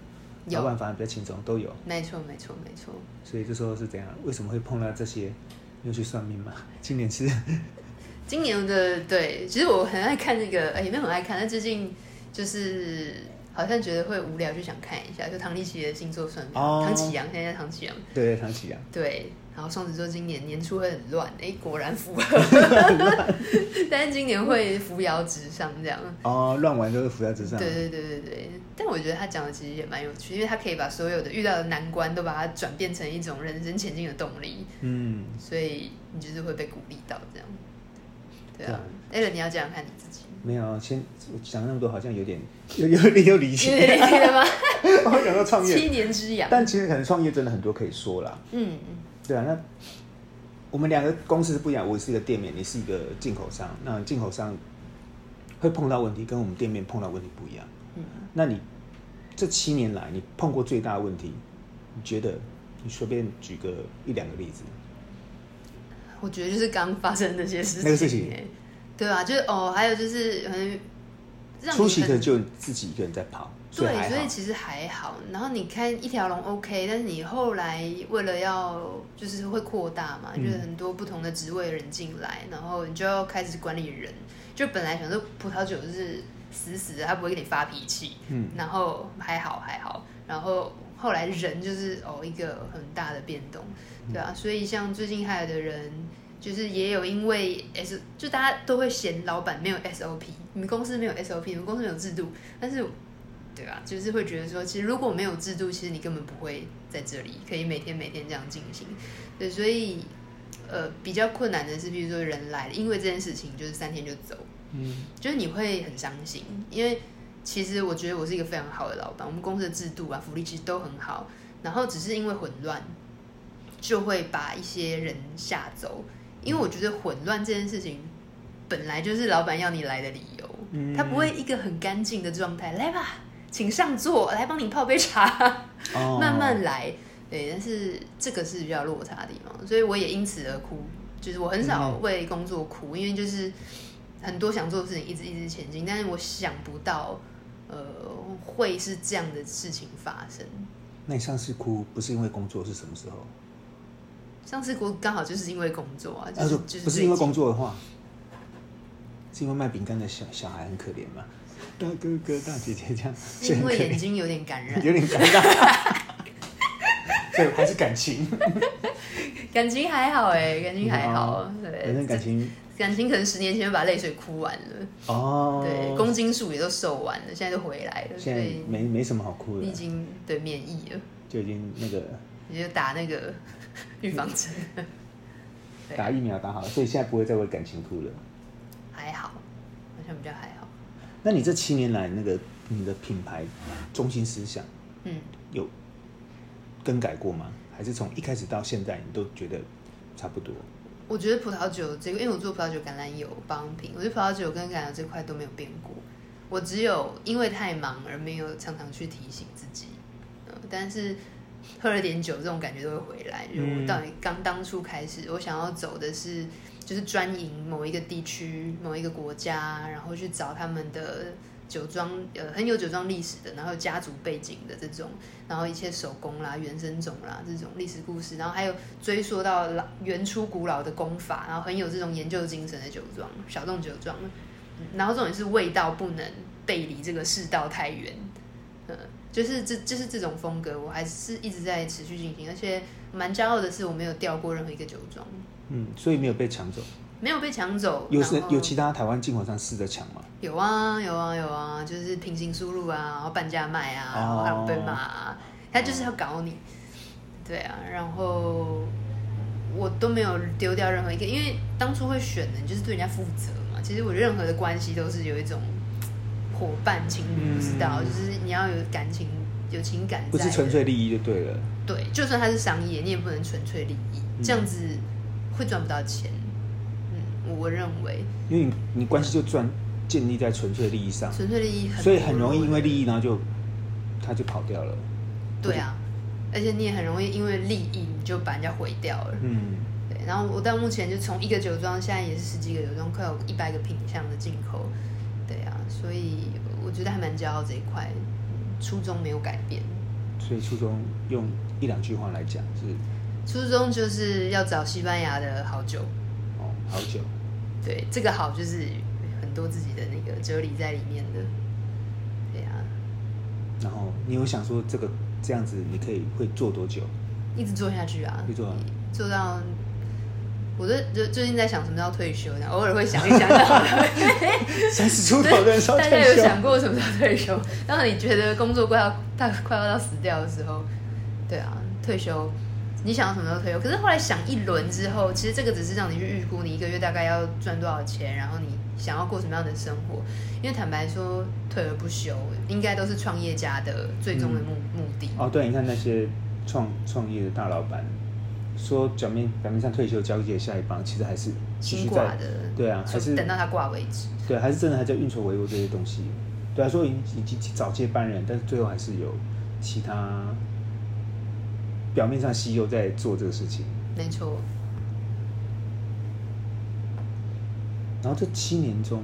S2: 有
S1: 老板反而比较轻松，都有。
S2: 没错，没错，没错。
S1: 所以这时候是怎样？为什么会碰到这些？又去算命嘛？今年是
S2: 今年的对，其实我很爱看那个，哎，也没有很爱看，但最近就是好像觉得会无聊，就想看一下，就唐立奇的星座算命，
S1: 哦
S2: 唐启阳现在叫唐启阳。
S1: 对对，唐启阳，
S2: 对，然后双子座今年年初会很乱，哎，果然 符合，但是今年会扶摇直上这样。
S1: 哦，乱玩都是浮在纸上。
S2: 对对对对对，但我觉得他讲的其实也蛮有趣，因为他可以把所有的遇到的难关都把它转变成一种人生前进的动力，
S1: 嗯，
S2: 所以你就是会被鼓励到这样。对
S1: 对
S2: 啊
S1: 啊，
S2: 艾伦，你要这样看你自己，
S1: 没有，先讲那么多好像有点有有点有理
S2: 你有
S1: 性，
S2: 点理解了吗？
S1: 我想到创业，
S2: 七年之痒，
S1: 但其实可能创业真的很多可以说啦。
S2: 嗯，
S1: 对啊，那我们两个公司是不一样，我是一个店面，你是一个进口商，那进口商会碰到问题，跟我们店面碰到问题不一样。
S2: 嗯，
S1: 那你这七年来，你碰过最大的问题，你觉得？你随便举个一两个例子。
S2: 我觉得就是刚发生的那些事情、
S1: 那个事情
S2: 哎对啊，就是哦，还有就是可能让你
S1: 出席
S2: 很
S1: 的就自己一个人在跑，所以
S2: 对，
S1: 还
S2: 所以
S1: 好。
S2: 其实还好。然后你看一条龙 OK，但是你后来为了要就是会扩大嘛，
S1: 嗯
S2: 就是很多不同的职位的人进来，然后你就要开始管理人。就本来想说葡萄酒是死死的，他不会跟你发脾气，
S1: 嗯，
S2: 然后还好还好，然后后来人就是哦一个很大的变动，对
S1: 嗯
S2: 啊，所以像最近还有的人。就是也有因为 S，就大家都会嫌老板没有 SOP，你们公司没有 SOP，你们公司没有制度，但是对吧？就是会觉得说，其实如果没有制度，其实你根本不会在这里可以每天每天这样进行。对，所以呃，比较困难的是，比如说人来了，因为这件事情就是三天就走，
S1: 嗯
S2: 就是你会很伤心，因为其实我觉得我是一个非常好的老板，我们公司的制度啊、福利其实都很好，然后只是因为混乱，就会把一些人吓走。因为我觉得混乱这件事情本来就是老板要你来的理由，
S1: 嗯
S2: 他不会一个很干净的状态，来吧，请上座，来帮你泡杯茶，
S1: 哦
S2: 慢慢来。对，但是这个是比较落差的地方，所以我也因此而哭。就是我很少为工作哭，因为就是很多想做的事情一直一直前进，但是我想不到，呃，会是这样的事情发生。
S1: 那你上次哭不是因为工作是什么时候？
S2: 上次哭刚好就是因为工作啊，就
S1: 他
S2: 是、
S1: 说
S2: 就是
S1: 不是
S2: 最
S1: 因为
S2: 近
S1: 工作的话，是因为卖饼干的小小孩很可怜嘛？大哥哥、大姐姐这样，
S2: 是
S1: 所以很
S2: 因
S1: 可
S2: 为眼
S1: 怜，
S2: 睛有点感 染，
S1: 有点尴尬。 所以还是感情，
S2: 感情还好哎、感情还好，
S1: 哦 反
S2: 对，
S1: 正感情
S2: 感情可能十年前就把泪水哭完了，
S1: 哦。
S2: 对，公斤数也都瘦完了，现在都回来了，所
S1: 现在
S2: 以
S1: 没没什么好哭
S2: 你已
S1: 的，
S2: 经对免疫了，
S1: 就已经那个
S2: 你就打那个预防针。对
S1: 打疫苗打好了，所以现在不会再为感情哭了。
S2: 还好，好像比较还好。
S1: 那你这七年来，那个你的品牌中心思想
S2: 嗯，
S1: 有更改过吗？还是从一开始到现在，你都觉得差不多？
S2: 我觉得葡萄酒这个，因为我做葡萄酒、橄榄油、帮品，我觉得葡萄酒跟橄榄这块都没有变过。我只有因为太忙而没有常常去提醒自己，嗯、但是喝了点酒，这种感觉都会回来。就
S1: 嗯
S2: 我到底刚当初开始，我想要走的是就是专营某一个地区、某一个国家，然后去找他们的酒庄，呃，很有酒庄历史的，然后有家族背景的这种，然后一切手工啦、原生种啦这种历史故事，然后还有追溯到老原初古老的功法，然后很有这种研究精神的酒庄，小众酒庄。嗯然后重点是味道不能背离这个世道太远，嗯，就是这就是这种风格，我还是一直在持续进行，而且蛮骄傲的是我没有调过任何一个酒庄，
S1: 嗯，所以没有被抢走。
S2: 没有被抢走，
S1: 有
S2: 然
S1: 是
S2: 后
S1: 有其他台湾进口商试着抢吗？
S2: 有啊有啊有啊，就是平行输入啊，然后半价卖啊，
S1: 哦
S2: 然后还有被骂啊，他就是要搞你，对啊，然后我都没有丢掉任何一个，因为当初会选的，你就是对人家负责嘛。其实我任何的关系都是有一种伙伴情侣，不知道，就是你要有感情有情感
S1: 嗯
S2: 在的，
S1: 不是纯粹利益就对了。
S2: 对，就算它是商业，你也不能纯粹利益，
S1: 嗯
S2: 这样子会赚不到钱。嗯，我认为
S1: 因为你你关系就专建立在纯粹利益上，
S2: 纯粹利益很，
S1: 所以很容易因为利益，然后就他就跑掉了。
S2: 对啊，而且你也很容易因为利益你就把人家毁掉了。
S1: 嗯，
S2: 对，然后我到目前就从一个酒庄，现在也是十几个酒庄，快有一百个品相的进口。对啊，所以我觉得还蛮骄傲这一块，嗯初衷没有改变。
S1: 所以初衷用一两句话来讲是
S2: 初衷就是要找西班牙的好酒。
S1: 哦，好久。
S2: 对，这个好就是很多自己的那个哲理在里面的。对啊，
S1: 然后你有想说这个这样子你可以会做多久？
S2: 一直做下去啊，
S1: 会做啊
S2: 做到。我都就最近在想什么时候退休呢？偶尔会想一 想，大
S1: 三十出头的时候
S2: 家
S1: 退
S2: 有
S1: 休，
S2: 想过什么时候退休？当你觉得工作快要大快要到死掉的时候，对啊，退休，你想什么时候退休？可是后来想一轮之后，其实这个只是让你去预估你一个月大概要赚多少钱，然后你想要过什么样的生活。因为坦白说，退而不休应该都是创业家的最终的目、目的。
S1: 哦，对，你看那些创创业的大老板，说表面表面上退休交接下一棒，其实还是继
S2: 新
S1: 续
S2: 挂
S1: 在
S2: 的，
S1: 对啊还是
S2: 等到他挂为止。
S1: 对，还是真的还在运筹帷幄这些东西。对啊，所以已经找接班人，但是最后还是有其他表面上 CEO 在做这个事情。
S2: 没错，
S1: 然后这七年中，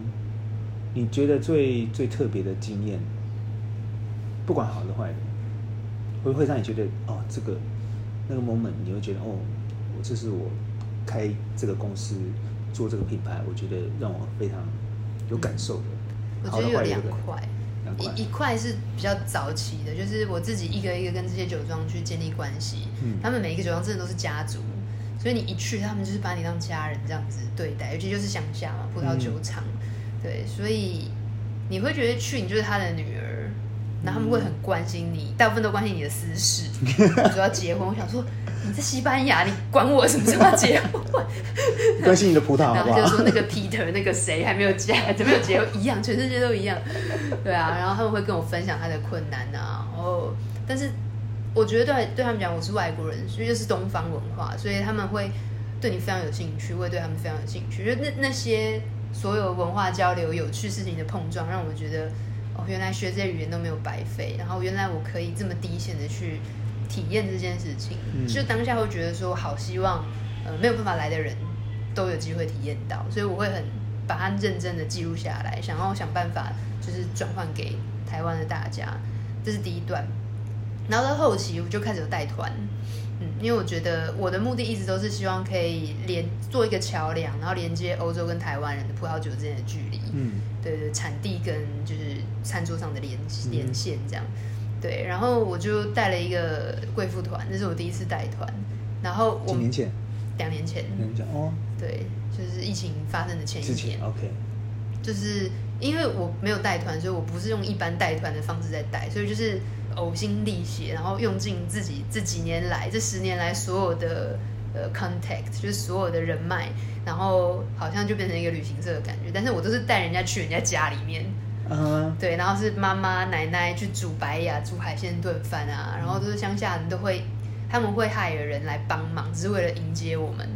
S1: 你觉得最最特别的经验，不管好的坏的，会会让你觉得哦，这个那个 moment，你会觉得哦，我这是我开这个公司做这个品牌，我觉得让我非常有感受的。
S2: 我
S1: 好
S2: 觉
S1: 的
S2: 得有
S1: 坏的对
S2: 两
S1: 不对
S2: 块。
S1: 两块
S2: 一一块是比较早期的，就是我自己一个一个跟这些酒庄去建立关系，
S1: 嗯
S2: 他们每一个酒庄真的都是家族，所以你一去，他们就是把你当家人这样子对待，尤其就是乡下嘛，葡萄酒
S1: 嗯
S2: 厂，对，所以你会觉得去你就是他的女儿，然后他们会很
S1: 嗯
S2: 关心你，大部分都关心你的私事， 说要结婚，我想说你在西班牙，你管我什么时候要结婚？
S1: 关心你的葡萄好
S2: 然
S1: 不
S2: 后 就
S1: 好？
S2: 说那个 Peter 那个谁还没有嫁，怎么有结婚一样，全世界都一样，对啊。然后他们会跟我分享他的困难啊，然后但是我觉得对对他们讲我是外国人，所以就是东方文化，所以他们会对你非常有兴趣，我也对他们非常有兴趣。就那那些所有文化交流、有趣事情的碰撞，让我觉得哦，原来学这些语言都没有白费，然后原来我可以这么第一线的去体验这件事情，
S1: 嗯
S2: 就当下会觉得说，好希望呃没有办法来的人都有机会体验到，所以我会很把它认真的记录下来，想要想办法就是转换给台湾的大家，这是第一段。然后到后期我就开始有带团，嗯，因为我觉得我的目的一直都是希望可以连做一个桥梁，然后连接欧洲跟台湾人的葡萄酒之间的距离，
S1: 嗯，
S2: 对对，产地跟就是餐桌上的连
S1: 嗯
S2: 连线这样。对，然后我就带了一个贵妇团，这是我第一次带团。然后我
S1: 几年前，
S2: 两年前，
S1: 人家哦，
S2: 对，就是疫情发生的前一
S1: 之前
S2: 年，
S1: OK，
S2: 就是因为我没有带团，所以我不是用一般带团的方式在带，所以就是呕心沥血，然后用尽自己这几年来这十年来所有的。呃 contact，就是所有的人脉，然后好像就变成一个旅行社的感觉。但是我都是带人家去人家家里面，
S1: 嗯，
S2: 对，然后是妈妈奶奶去煮白呀、煮海鲜炖饭啊，然后都是乡下人都会，他们会害人来帮忙，只是为了迎接我们。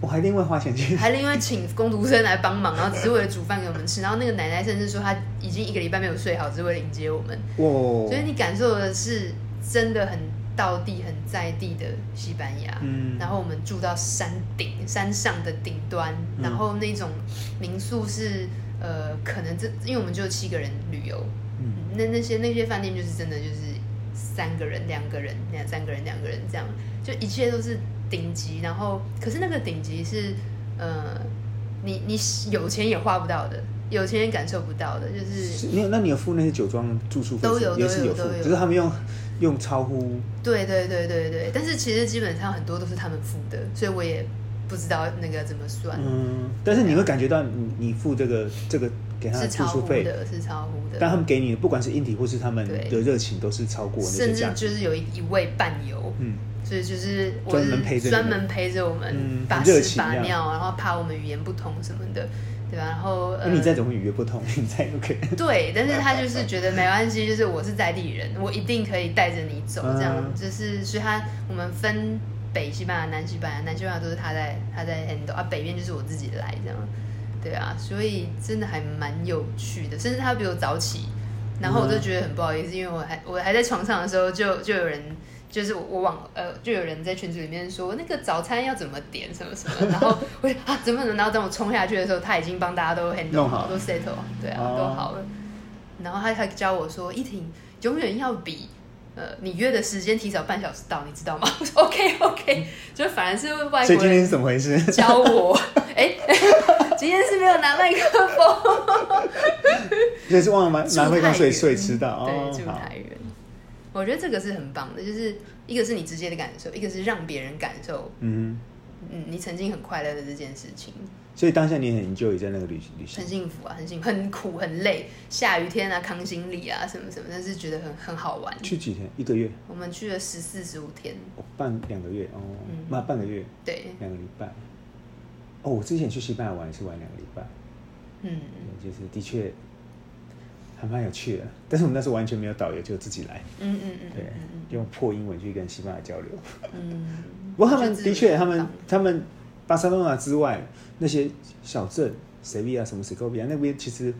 S1: 我还另外花钱去，
S2: 还是因为请工读生来帮忙，然后只是为了煮饭给我们吃。然后那个奶奶甚至说她已经一个礼拜没有睡好，只是为了迎接我们。
S1: 哇
S2: 所以，你感受的是真的很道地、很在地的西班牙。
S1: 嗯，
S2: 然后我们住到山顶，山上的顶端，
S1: 嗯
S2: 然后那种民宿是呃，可能这因为我们就七个人旅游，
S1: 嗯
S2: 那那些那些饭店就是真的就是三个人、两个人、两三个人、两个人这样，就一切都是顶级。然后，可是那个顶级是，呃，你你有钱也花不到的，有钱也感受不到的，就是
S1: 是你有那你有付那些酒庄住宿费
S2: 都
S1: 是
S2: 有
S1: 也是
S2: 都有
S1: 付
S2: 都，有
S1: 只是他们用用超乎
S2: 对对对对对。但是其实基本上很多都是他们付的，所以我也不知道那个怎么算，
S1: 嗯，但是你会感觉到你你付这个这个给他
S2: 是
S1: 的住
S2: 超
S1: 宿
S2: 乎
S1: 费，
S2: 的，是超乎的。
S1: 但他们给你的不管是硬体或是他们
S2: 对
S1: 的热情都是超过那
S2: 甚
S1: 些
S2: 至
S1: 价值，
S2: 就是有一一位伴游，
S1: 嗯，
S2: 所以就是我
S1: 专门陪着
S2: 是
S1: 你们
S2: 专门陪着我
S1: 嗯
S2: 们把
S1: 很热
S2: 屎
S1: 情
S2: 把
S1: 这样
S2: 尿，然后怕我们语言不通什么的，对吧？然后
S1: 那
S2: 呃，
S1: 你再怎么语言不通，你再 OK，
S2: 对，但是他 就是觉得没关系，就是我是在地人，我一定可以带着你走，这样、
S1: 嗯
S2: 就是所以他我们分北西班牙、南西班牙，南西班牙都是他在他在 handle 啊，北边就是我自己来这样，对啊，所以真的还蛮有趣的，甚至他比我早起，然后我
S1: 嗯
S2: 就觉得很不好意思，因为我还我还在床上的时候就就有人。就是我我往呃，就有人在群组里面说那个早餐要怎么点什么什么，然后我就啊怎么怎么，然后等我冲下去的时候，他已经帮大家都 handle
S1: 弄好
S2: 都 settle 好对啊，
S1: 哦
S2: 都好了。然后他还教我说，依婷永远要比呃你约的时间提早半小时到，你知道吗？ 我说 OK OK，就反而是外
S1: 所以
S2: 国
S1: 今天是
S2: 人
S1: 怎么回 事？
S2: 教我，哎、今天是没有拿麦克风，
S1: 所以是忘了买
S2: 住
S1: 拿
S2: 太
S1: 麦克风，所以
S2: 远
S1: 所以迟到哦
S2: 对，住，
S1: 好
S2: 太远。我觉得这个是很棒的，就是一个是你直接的感受，一个是让别人感受，
S1: 嗯，
S2: 嗯，你曾经很快乐的这件事情，
S1: 所以当下你很 enjoy 在那个旅行旅行
S2: 很，幸福啊，很幸福，很苦很累，下雨天啊，扛行李啊，什么什么，但是觉得很很好玩。
S1: 去几天？一个月，
S2: 我们去了十四十五天，
S1: 哦半两个月哦
S2: 嗯，
S1: 那半个月，
S2: 对，
S1: 两个礼拜。哦，我之前去西班牙玩也是玩两个礼拜，
S2: 嗯，
S1: 对就是的确还蛮有趣的。但是我们那时候完全没有导游，就自己来，
S2: 嗯嗯嗯，
S1: 对
S2: 嗯，
S1: 用破英文去跟西班牙交流。
S2: 嗯嗯，
S1: 不过他们
S2: 就是
S1: 的确，他
S2: 很
S1: 们
S2: 棒
S1: 他们巴塞罗那之外那些小镇，塞维亚什么塞戈比亚那边，其实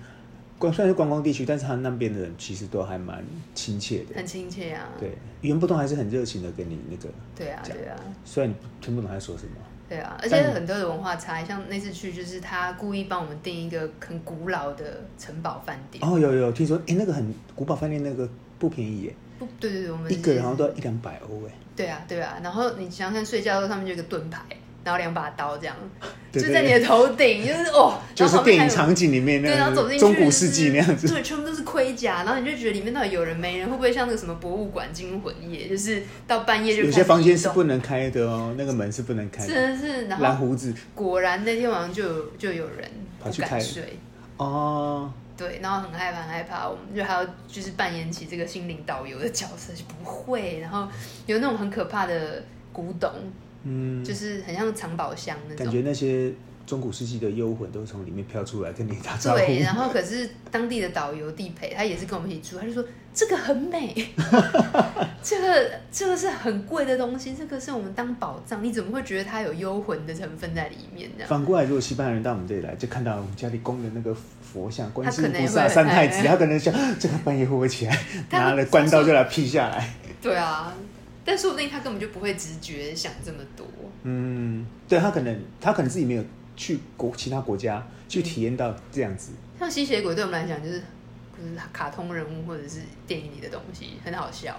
S1: 光虽然是观光地区，但是他那边的人其实都还蛮亲切的。
S2: 很亲切啊，
S1: 对，语言不通还是很热情的跟你那个，
S2: 对啊，
S1: 这样
S2: 对啊，
S1: 虽然你听不懂他说什么，
S2: 对啊，而且
S1: 但你
S2: 很多的文化差异，像那次去就是他故意帮我们订一个很古老的城堡饭店，
S1: 哦，有有听说，哎、那个很古堡饭店那个不便宜耶，
S2: 不，对对对，我们
S1: 一个人
S2: 是
S1: 好像都要一两百欧哎，
S2: 对啊，对啊，然后你想想看，睡觉的时候上面就有一个盾牌，然后两把刀这样，
S1: 对
S2: 就在你的头顶，就是哦，
S1: 就
S2: 然后
S1: 是
S2: 旁边
S1: 电影
S2: 还有
S1: 场景里面
S2: 对，然
S1: 那
S2: 后走进
S1: 个
S2: 去
S1: 中古世纪那样
S2: 就是
S1: 子，
S2: 对，全部都是盔甲，然后你就觉得里面到底有人没人，会不会像那个什么博物馆惊魂夜，就是到半夜就
S1: 有些房间是
S2: 看不
S1: 不能开的哦，那个门是不能开的。
S2: 懂，真的是，然
S1: 蓝
S2: 后
S1: 胡子
S2: 果然那天晚上就有就有人
S1: 跑
S2: 不
S1: 去
S2: 敢
S1: 看
S2: 睡，
S1: 哦，
S2: 对，然后很害怕，很害怕，我们就还要就是扮演起这个心灵导游的角色，就不会，然后有那种很可怕的古董，
S1: 嗯，
S2: 就是很像藏宝箱那
S1: 感
S2: 种。
S1: 觉那些中古世纪的幽魂都从里面飘出来跟你打招呼。
S2: 对，然后可是当地的导游地陪，他也是跟我们一起住，他就说这个很美， 这个这个是很贵的东西，这个是我们当宝藏，你怎么会觉得它有幽魂的成分在里面呢？
S1: 反过来，如果西班牙人到我们这里来，就看到我们家里供的那个佛像，观世音菩
S2: 他可能也会
S1: 萨、
S2: 很
S1: 三太子，
S2: 哎
S1: 他可能想这个半夜会不会起 来，
S2: 他
S1: 拿了关刀就来劈下来。
S2: 对啊，但说不定他根本就不会直觉想这么多。
S1: 嗯，对他可能他可能自己没有去国其他国家去体验到这样子，
S2: 像吸血鬼对我们来讲就是。就是卡通人物或者是电影里的东西，很好笑。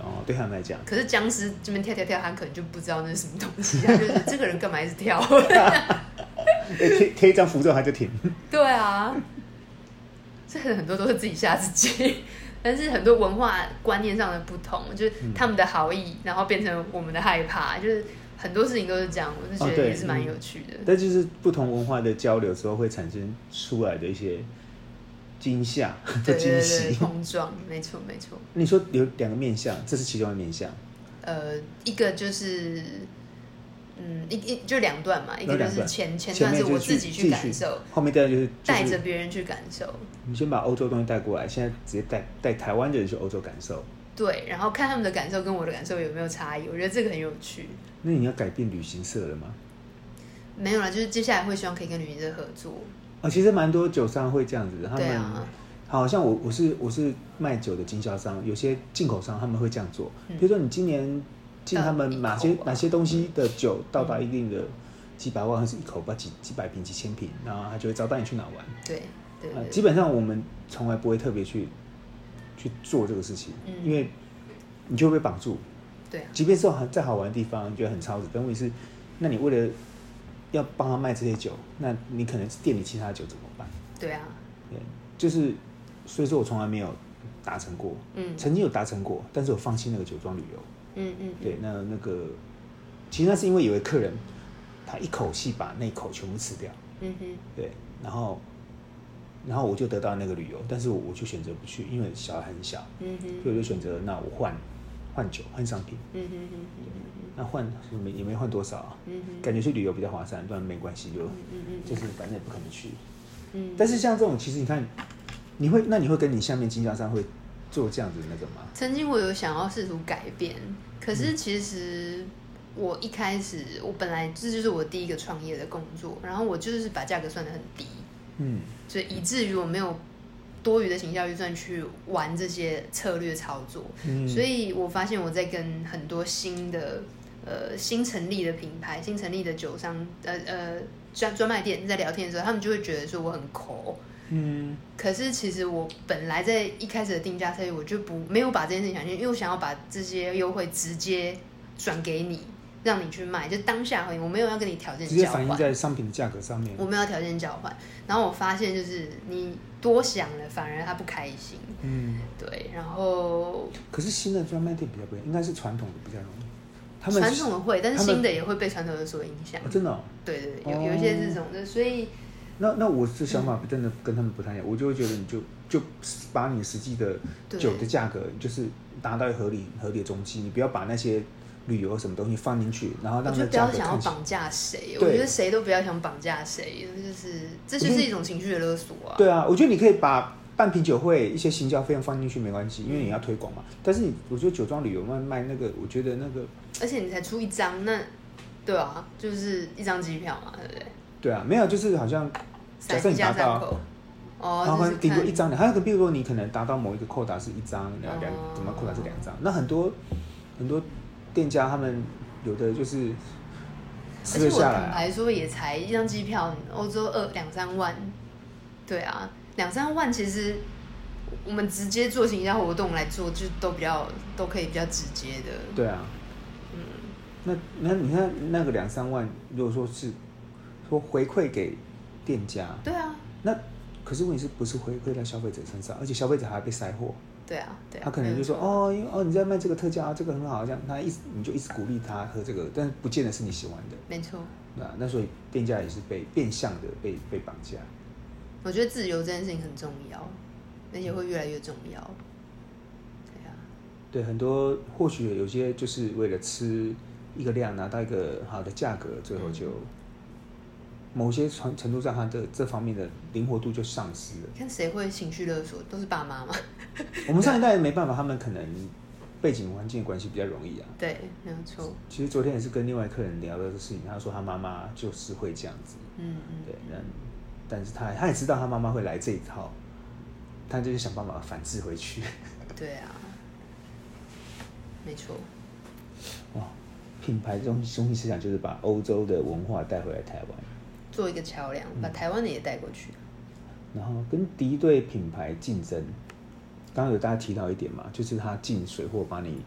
S1: 哦，对他们来 讲，
S2: 可是僵尸这边跳跳跳，他可能就不知道那是什么东西，他就是这个人干嘛一直跳？
S1: 诶哎贴贴一张符咒他就停。
S2: 对啊， 这很多都是自己吓自己， 但是很多文化观念上的不同，就是
S3: 嗯
S2: 他们的好意，然后变成我们的害怕，就是很多事情都是这样，我是觉
S1: 哦
S2: 得
S1: 对
S2: 也是
S3: 嗯
S2: 蛮有趣的。
S1: 但就是不同文化的交流之后会产生出来的一些惊吓和
S2: 对
S1: 惊
S2: 对对，
S1: 喜。
S2: 碰撞，没错没错。
S1: 你说有两个面相，这是其中的面相。
S2: 呃，一个就是嗯，一一就两段嘛，一
S3: 有
S2: 个就
S3: 两
S2: 是
S3: 段
S2: 前前
S3: 前
S2: 段
S3: 面
S2: 是
S3: 就
S2: 我
S3: 是去
S2: 自己去感受，，
S3: 后面带就是就是
S2: 带着别人去感受，
S3: 你先把欧洲东西带过来，现在直接带带台湾人去欧洲感受。
S2: 对，然后看他们的感受跟我的感受有没有差异，我觉得这个很有趣。
S3: 那你要改变旅行社了吗？
S2: 没有啦，就是接下来会希望可以跟旅行社合作，
S3: 哦，其实蛮多酒商会这样子，他
S2: 对
S3: 们、
S2: 啊
S3: 好像我我是我是卖酒的经销商，有些进口商他们会这样做，
S2: 嗯
S3: 比如说你今年进他们
S2: 到一口
S3: 哪些
S2: 啊嗯
S3: 哪些东西的酒到达一定的几百万或是一口吧几几百瓶几千瓶，然后他就会招待你去哪玩。
S2: 对对
S3: 呃
S2: 对，
S3: 基本上我们从来不会特别去去做这个事情，
S2: 嗯
S3: 因为你就会被绑住。
S2: 对啊，
S3: 即便是很再好玩的地方，你觉得很超值，但问题是，那你为了要帮他卖这些酒，那你可能店里其他的酒怎么办？
S2: 对啊，
S3: 对，就是所以说我从来没有达成过，
S2: 嗯
S3: 曾经有达成过，但是我放弃那个酒庄旅游。
S2: 嗯嗯，嗯
S3: 对，那那个其实那是因为有位客人，他一口气把那一口全部吃掉，
S2: 嗯哼，
S3: 对，然后然后我就得到那个旅游，但是我我就选择不去，因为小孩很小，
S2: 嗯哼，
S3: 所以我就选择那我换换酒换商品，
S2: 嗯哼嗯哼嗯
S3: 那换也没也没换多少、啊，
S2: 嗯哼
S3: 感觉去旅游比较划算，不然没关系，就
S2: 嗯
S3: 就是反正也不可能去。
S2: 嗯
S3: 但是像这种，其实你看，你会那你会跟你下面经销商会做这样子的那个吗？
S2: 曾经我有想要试图改变，可是其实我一开始我本来这就是我第一个创业的工作，然后我就是把价格算得很低，
S3: 嗯，
S2: 所以以至于我没有多余的行销预算去玩这些策略操作，
S3: 嗯
S2: 所以我发现我在跟很多新的呃新成立的品牌、新成立的酒商呃呃专专卖店在聊天的时候，他们就会觉得说我很抠，
S3: 嗯，
S2: 可是其实我本来在一开始的定价策略，我就不没有把这件事情想进去，因为我想要把这些优惠直接转给你，让你去卖，就当下回应，我没有要跟你条件
S3: 直接
S2: 交
S3: 反映
S2: 换，
S3: 在商品的价格上面
S2: 我。没有要条件交换。然后我发现就是你多想了，反而他不开心。
S3: 嗯，
S2: 对，然后
S3: 可是新的专卖店比较不一样，应该是传统的比较容易。他们
S2: 传统的会，但是
S3: 他们
S2: 新的也会被传统的所影响
S3: 哦。真的、哦，
S2: 对对对，有有一些这种的，所以
S3: 哦那那我的想法真的跟他们不太一样，我就会觉得你就就把你实际的
S2: 对
S3: 酒的价格就是达到合理合理的中期，你不要把那些旅游什么东西放进去，然后
S2: 我
S3: 让
S2: 就
S3: 那
S2: 不
S3: 价
S2: 要
S3: 格
S2: 想要
S3: 看起来。
S2: 绑架谁，我
S3: 对嗯
S2: 觉得谁都不要想绑架谁，就是这就是一种情绪的勒索啊。
S3: 对啊，我觉得你可以把办品酒会一些行销费用放进去没关系，因为你要推广嘛。但是你，我觉得酒庄旅游卖卖那个，我觉得那个
S2: 而且你才出一张，那对啊，就是一张机票嘛，对不对？
S3: 对啊，没有就是好像假
S2: 三
S3: 设
S2: 一
S3: 你
S2: 家
S3: 达
S2: 三
S3: 到
S2: 口，，
S3: 然后
S2: 哦，就是
S3: 顶多
S2: 看
S3: 一，张两，还有个比如说你可能达到某一个扣打是一张，然后两
S2: 哦
S3: 怎么扣打是两张，那很多很多店家他们有的就是
S2: 嗯而
S3: 吃
S2: 且
S3: 了
S2: 我
S3: 下
S2: 坦
S3: 来，啊
S2: 白说，也才一张机票，欧洲二两三万，对啊，两三万其实我们直接做行销活动来做，就都比较都可以比较直接的，
S3: 对啊，
S2: 嗯
S3: 那那你看那个两三万，如果说是说回馈给店家，
S2: 对啊，
S3: 那可是问题是不是回馈到消费者身上，而且消费者还被塞货，
S2: 对啊，对啊，
S3: 他可能就说
S2: 没有错，
S3: 哦，因为哦你在卖这个特价啊，这个很好，这样他一直你就一直鼓励他喝这个，但是不见得是你喜欢的，
S2: 没错，
S3: 那那所以店家也是被变相的被被绑架。
S2: 我觉得自由这件事情很重要，而且会越来越重要，对啊，
S3: 对，很多或许有些就是为了吃一个量拿到一个好的价格，最后就某些程程度上他的这方面的灵活度就丧失了。
S2: 你看谁会情绪勒索，都是爸妈嘛。
S3: 我们上一代没办法，他们可能背景环境的关系比较容易啊。
S2: 对，没有错。
S3: 其实昨天也是跟另外一个人聊到这个事情，他说他妈妈就是会这样子，
S2: 嗯嗯，
S3: 对，那但是他他也知道他妈妈会来这一套，他就是想办法反制回去。
S2: 对啊，没错。
S3: 哇，品牌中中心思想就是把欧洲的文化带回来台湾，
S2: 做一个桥梁，把台湾的也带过去。
S3: 然后跟敌对品牌竞争。刚刚有大家提到一点嘛，就是他进水货把你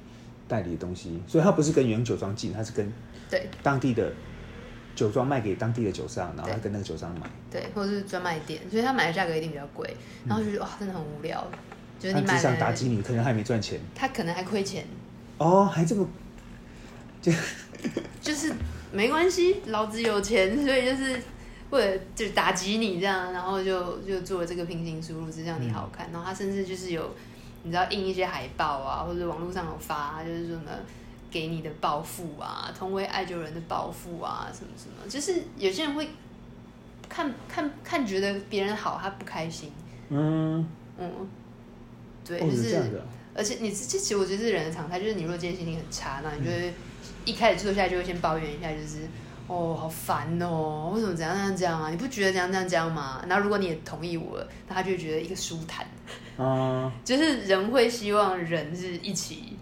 S3: 代理的东西，所以他不是跟原酒庄进，他是跟
S2: 对
S3: 当地的酒庄卖给当地的酒商，然后他
S2: 对
S3: 跟那个酒商买。
S2: 对，或者是专卖店，所以他买的价格一定比较贵，然后就觉得哇，真的很无聊。就是你
S3: 嗯他只
S2: 买
S3: 想打
S2: 了，
S3: 击你，可能还没赚钱
S2: 他可能还亏钱，
S3: 哦，还这么
S2: 就是没关系，老子有钱，所以就是为了就打击你这样，然后就就做了这个平行输入，只让你好
S3: 嗯
S2: 看。然啊后他甚至就是有，你知道印一些海报啊，或者网络上有发，就是说什么给你的报复啊，同为爱久人的报复啊，什么什么，就是有些人会看看看觉得别人好，他不开心，
S1: 嗯，
S2: 嗯，对，
S1: 哦，
S2: 就
S1: 有这
S2: 是
S1: 样的啊，
S2: 而且你这其实我觉得是人的常态，就是你若今天心情很差，那你
S1: 嗯
S2: 就会一开始坐下来就会先抱怨一下，就是哦好烦哦，为什么怎样怎样这样啊？你不觉得怎样怎样这样吗？然后如果你也同意我了，那他就会觉得一个舒坦，
S1: 嗯，
S3: 啊
S2: 就是人会希望人是一起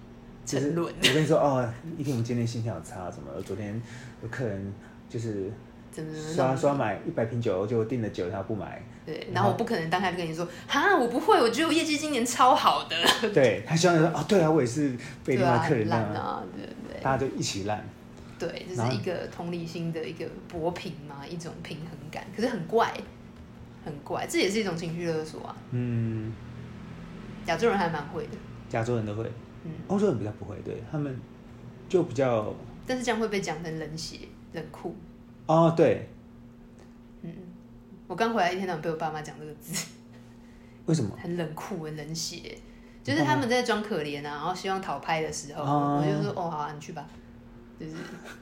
S1: 就是
S2: 沉沦，
S1: 我跟你说哦，一定我今天心情好差，怎么了？昨天有客人就是
S2: 怎么怎么
S1: 刷
S2: 嗯弄
S1: 刷买一百瓶酒，就订了酒，他不 买，
S2: 对，然后我不可能当下就跟你说，哈，我不会，我觉得我业绩今年超好的，
S1: 对他希望说哦，对啊，我也是被
S2: 对
S1: 另外
S2: 啊，
S1: 客人
S2: 很
S1: 那
S2: 烂
S1: 样，
S2: 啊，对不对？
S1: 大家就一起烂，
S2: 对，这
S1: 然后
S2: 是一个同理心的一个薄平嘛，一种平衡感，可是很怪，很怪，这也是一种情绪勒索啊。
S1: 嗯，
S2: 亚洲人还蛮会的，
S1: 加州人都会，
S2: 嗯，
S1: 欧洲人比较不会，对他们就比较
S2: 但是这样会被讲成冷血、冷酷。
S1: 哦，对，
S2: 嗯，我刚回来一天到晚被我爸妈讲这个字，
S1: 为什么？
S2: 很冷酷、很冷血，就是他们在装可怜啊，然后希望讨拍的时候，
S1: 哦
S2: 我就说哦好啊，你去吧。就是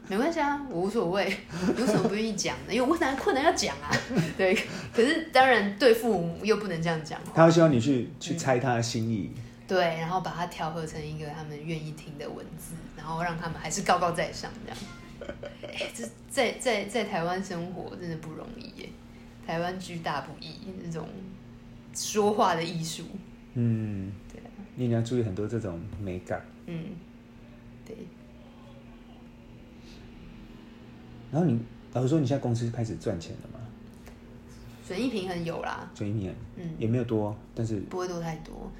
S2: 没关系啊，我无所谓， 有什么不愿意讲的？因为我难困难要讲啊，对。可是当然对父母又不能这样讲话，
S1: 他会希望你去去猜他的心意，
S2: 对，然后把它调和成一个他们愿意听的文字，然后让他们还是高高在上这样。 哎这在在在台湾生活真的不容易耶，台湾居大不易，那种说话的艺术，
S1: 嗯，
S2: 对啊
S1: 你一定要注意很多这种美感。
S2: 嗯，对，
S1: 然后你老实说，你现在公司开始赚钱了嘛？
S2: 损益平衡有啦，
S1: 所以你也
S2: 嗯，
S1: 也没有多，但是
S2: 不会多太多，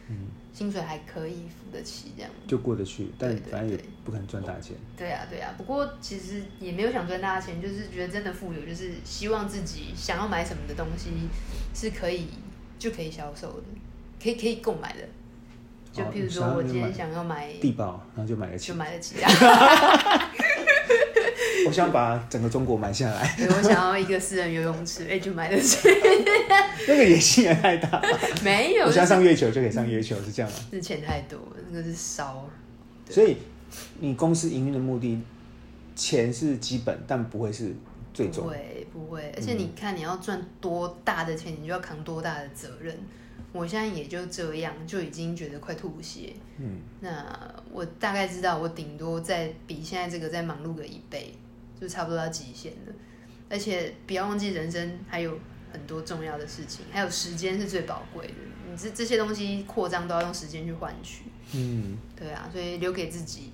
S2: 薪水还可以付得起这样。
S1: 就过得去，但
S2: 对对
S1: 反正也
S2: 对
S1: 不可能赚大钱。
S2: 对啊，对啊。不过其实也没有想赚大家钱，就是觉得真的富有，就是希望自己想要买什么的东西是可以就可以销售的，可以可以购买的。就
S1: 哦
S2: 譬如
S1: 想
S2: 说，
S1: 要
S2: 我今天
S1: 买
S2: 想要买，
S1: 地堡，然后就买得起
S2: 就。买得起啊。
S1: 我想把整个中国买下来，
S2: 对我想要一个私人游泳池，哎、就买得起。
S1: 那个野心也太 大。
S2: 没有，
S1: 我
S2: 就
S1: 想
S2: 是
S1: 上月球就可以上月球，是这样吗？
S2: 是钱太多，那个是烧。对
S1: 所以你公司营运的目的，钱是基本，但不会是最
S2: 不
S1: 终。
S2: 会不
S1: 嗯
S2: 会，而且你看你要赚多大的钱，你就要扛多大的责任。我现在也就这样，就已经觉得快吐血。
S1: 嗯，
S2: 那我大概知道，我顶多再比现在这个再忙碌个一倍，就差不多到极限了。而且不要忘记，人生还有很多重要的事情，还有时间是最宝贵的。你这这些东西扩张都要用时间去换取，
S1: 嗯，
S2: 对啊，所以留给自己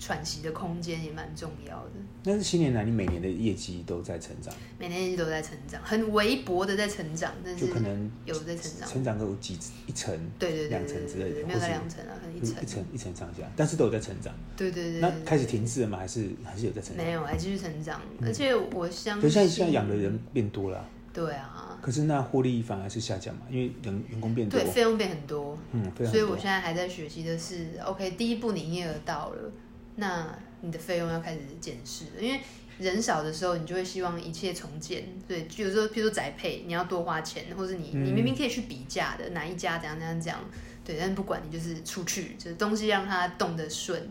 S2: 喘息的空间也蛮重要的。
S1: 但是七年来你每年的业绩都在成长，
S2: 每天一直都在成长，很微薄的在成长，但是
S1: 就可能
S2: 有在成长。
S1: 成长个有几一层、
S2: 对对对，
S1: 两层之类的
S2: 对对对
S1: 或
S2: 没有到
S1: 是
S2: 两层啊，可能一
S1: 一
S2: 层。
S1: 层、一层上下，但是都有在成长。
S2: 对对对。
S1: 那
S2: 对
S1: 开始停滞了吗？还是还是有在成长？
S2: 没有，还继续成长，而且我相
S1: 可
S2: 信
S1: 是现嗯在现在养的人变多了啊、
S2: 对啊，
S1: 可是那获利反而是下降嘛，因为人员工变多
S2: 对，，费用变很多，
S1: 嗯，非常
S2: 所以我
S1: 多
S2: 现。在还在学习的是，OK，第一步你营业额到了，那你的费用要开始检视了，因为人少的时候，你就会希望一切重建，对，比如说，譬如说宅配，你要多花钱，或者
S1: 嗯
S2: 你你明明可以去比价的，哪一家怎样怎样怎样，对，但不管你就是出去，就是东西让它动得顺，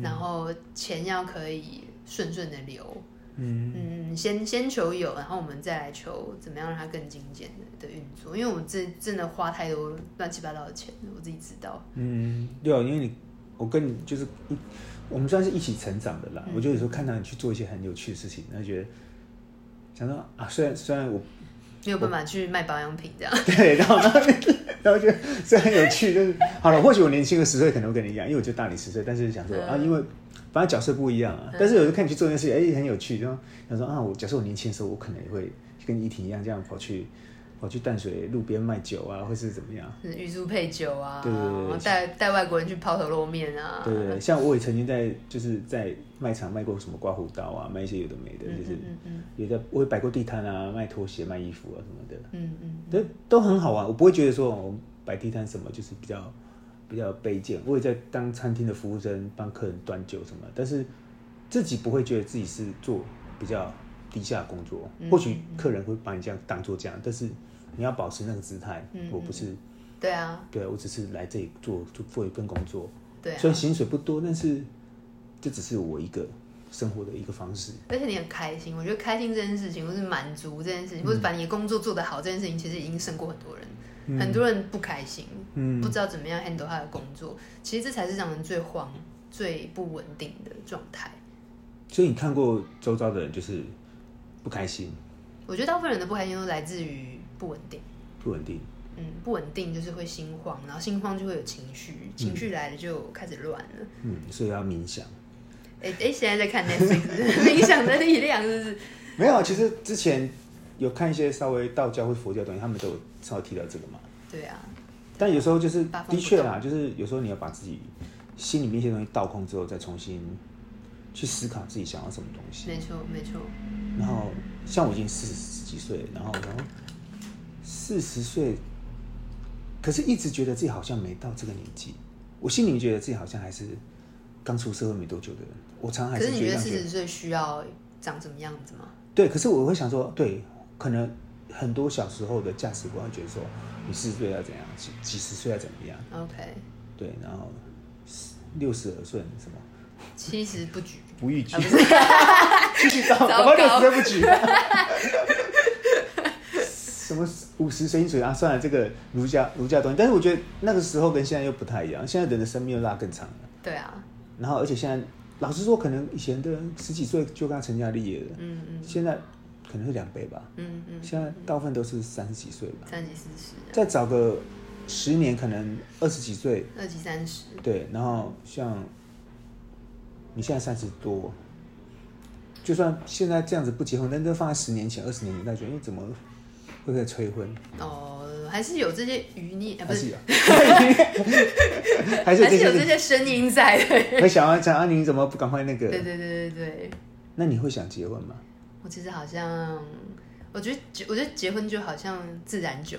S2: 然后钱要可以顺顺的流，
S1: 嗯，
S2: 嗯，先先求有，然后我们再来求怎么样让它更精简的的运作，因为我真真的花太多乱七八糟的钱了，我自己知道。
S1: 嗯，对啊，因为你我跟你就是一，我们算是一起成长的啦。
S2: 嗯
S1: 我就有时候看到你去做一些很有趣的事情，然后觉得想说啊，虽然虽然我
S2: 没有办法去卖保养品这样，
S1: 对，然后然后然后就虽然有趣，但 是好了，或许我年轻个十岁可能会跟你一样，因为我就大你十岁，但是想说、
S2: 嗯
S1: 啊，因为反正角色不一样啊。但是有时候看你去做一件事情，哎、很有趣，然后想说啊，我假设我年轻的时候，我可能也会跟依婷一样这样跑去跑去淡水路边卖酒啊，或是怎么样。
S2: 就是玉珠配酒啊，
S1: 对对对对
S2: 然后带带外国人去抛头露面啊，
S1: 对对对，像我也曾经在就是在卖场卖过什么刮胡刀啊，卖一些有的没的，
S2: 嗯
S1: 就
S2: 嗯
S1: 是
S2: 嗯嗯
S1: 也在我也摆过地摊啊，卖拖鞋、卖衣服啊什么的，
S2: 嗯嗯，
S1: 都都很好玩。我不会觉得说哦我摆地摊什么就是比较比较卑贱，我也在当餐厅的服务生，帮客人端酒什么，但是自己不会觉得自己是做比较低下的工作。
S2: 嗯
S1: 或许客人会把你这样当做这样，但是你要保持那个姿态
S2: 嗯。
S1: 我不是
S2: 对啊
S1: 对我只是来这里做做做一份工作。
S2: 对啊，
S1: 虽然薪水不多，但是这只是我一个生活的一个方式。
S2: 而且你很开心，我觉得开心这件事情，或是满足这件事情，或是把你的工作做得好这件事情，其实已经胜过很多人。
S1: 嗯
S2: 很多人不开心，
S1: 嗯
S2: 不知道怎么样 handle 他的工作，其实这才是让人最慌、最不稳定的状态。
S1: 所以你看过周遭的人就是不开心、
S2: 我觉得大部分人的不开心都来自于不稳定，
S1: 不稳定，
S2: 嗯，不稳定就是会心慌，然后心慌就会有情绪，情绪来了就开始乱了。
S1: 嗯，所以要冥想。
S2: 哎、哎、现在在看 Netflix，冥 想的力量是不是？
S1: 没有，其实之前有看一些稍微道教或佛教的东西，他们都有稍微提到这个嘛。
S2: 对啊，
S1: 但有时候就是
S2: 把
S1: 的
S2: 风不
S1: 确啊
S2: 动
S1: 啦，就是有时候你要把自己心里面一些东西倒空之后，再重新去思考自己想要什么东西。
S2: 没错没错，
S1: 然后像我已经四十几岁了，然后然后四十岁，可是一直觉得自己好像没到这个年纪，我心里面觉得自己好像还是刚出社会没多久的人，我常常还
S2: 可是你
S1: 觉
S2: 觉
S1: 得这
S2: 得
S1: 样
S2: 四
S1: 觉得
S2: 十岁需要长什么样子吗？
S1: 对，可是我会想说，对，可能很多小时候的价值观会觉得说，你四十岁要怎样，几几十岁要怎么样，
S2: OK，
S1: 对，然后六十而顺什么
S2: 七十不举，
S1: 不逾矩
S2: 啊，不
S1: 继
S2: 是
S1: 续找，
S2: 糟
S1: 搞六
S2: 糕
S1: 十岁不 举。什么五十随心所欲啊？算了，这个儒家儒家东西，但是我觉得那个时候跟现在又不太一样，现在人的生命又拉更长了。
S2: 对啊，
S1: 然后，而且现在老实说，可能以前的人十几岁就跟他成家立业了，
S2: 嗯嗯
S1: 现在可能是两倍吧。
S2: 嗯嗯，
S1: 现在大部分都是三十几岁吧，
S2: 三级四十，
S1: 再找个十年，可能二十几岁，
S2: 二级三十，
S1: 对，然后像你现在三十多，就算现在这样子不结婚，但这放在十年前、二十年前，大家觉得哎怎么会被催 婚？
S2: 哦，还是有这些余孽，啊、不
S1: 还是
S2: 是，
S1: 有，还是有
S2: 还
S1: 这
S2: 是有这
S1: 些
S2: 些声音在的。
S1: 会想要讲啊，你怎么不赶快那个？
S2: 对对对对对，
S1: 那你会想结婚吗？
S2: 我其实好像，我觉得结，我觉得结婚就好像自然酒，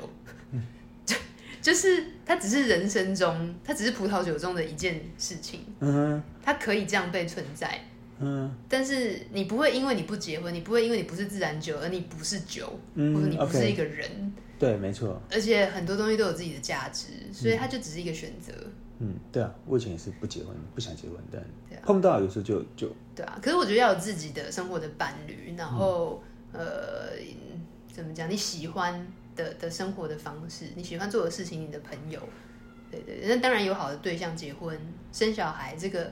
S2: 就就是它只是人生中，它只是葡萄酒中的一件事情，
S1: 嗯哼
S2: 它可以这样被存在。
S1: 嗯
S2: 但是你不会因为你不结婚，你不会因为你不是自然酒，而你不是酒，
S1: 嗯
S2: 或者你不是
S1: OK
S2: 一个人，
S1: 对，没错，
S2: 而且很多东西都有自己的价值，所以它就只是一个选择。
S1: 嗯，对啊，我以前也是不结婚，不想结婚，但
S2: 对啊
S1: 碰到有时候就就
S2: 对啊，可是我觉得要有自己的生活的伴侣，然后、呃，怎么讲？你喜欢的的生活的方式，你喜欢做的事情，你的朋友，对对对那当然有好的对象结婚生小孩，这个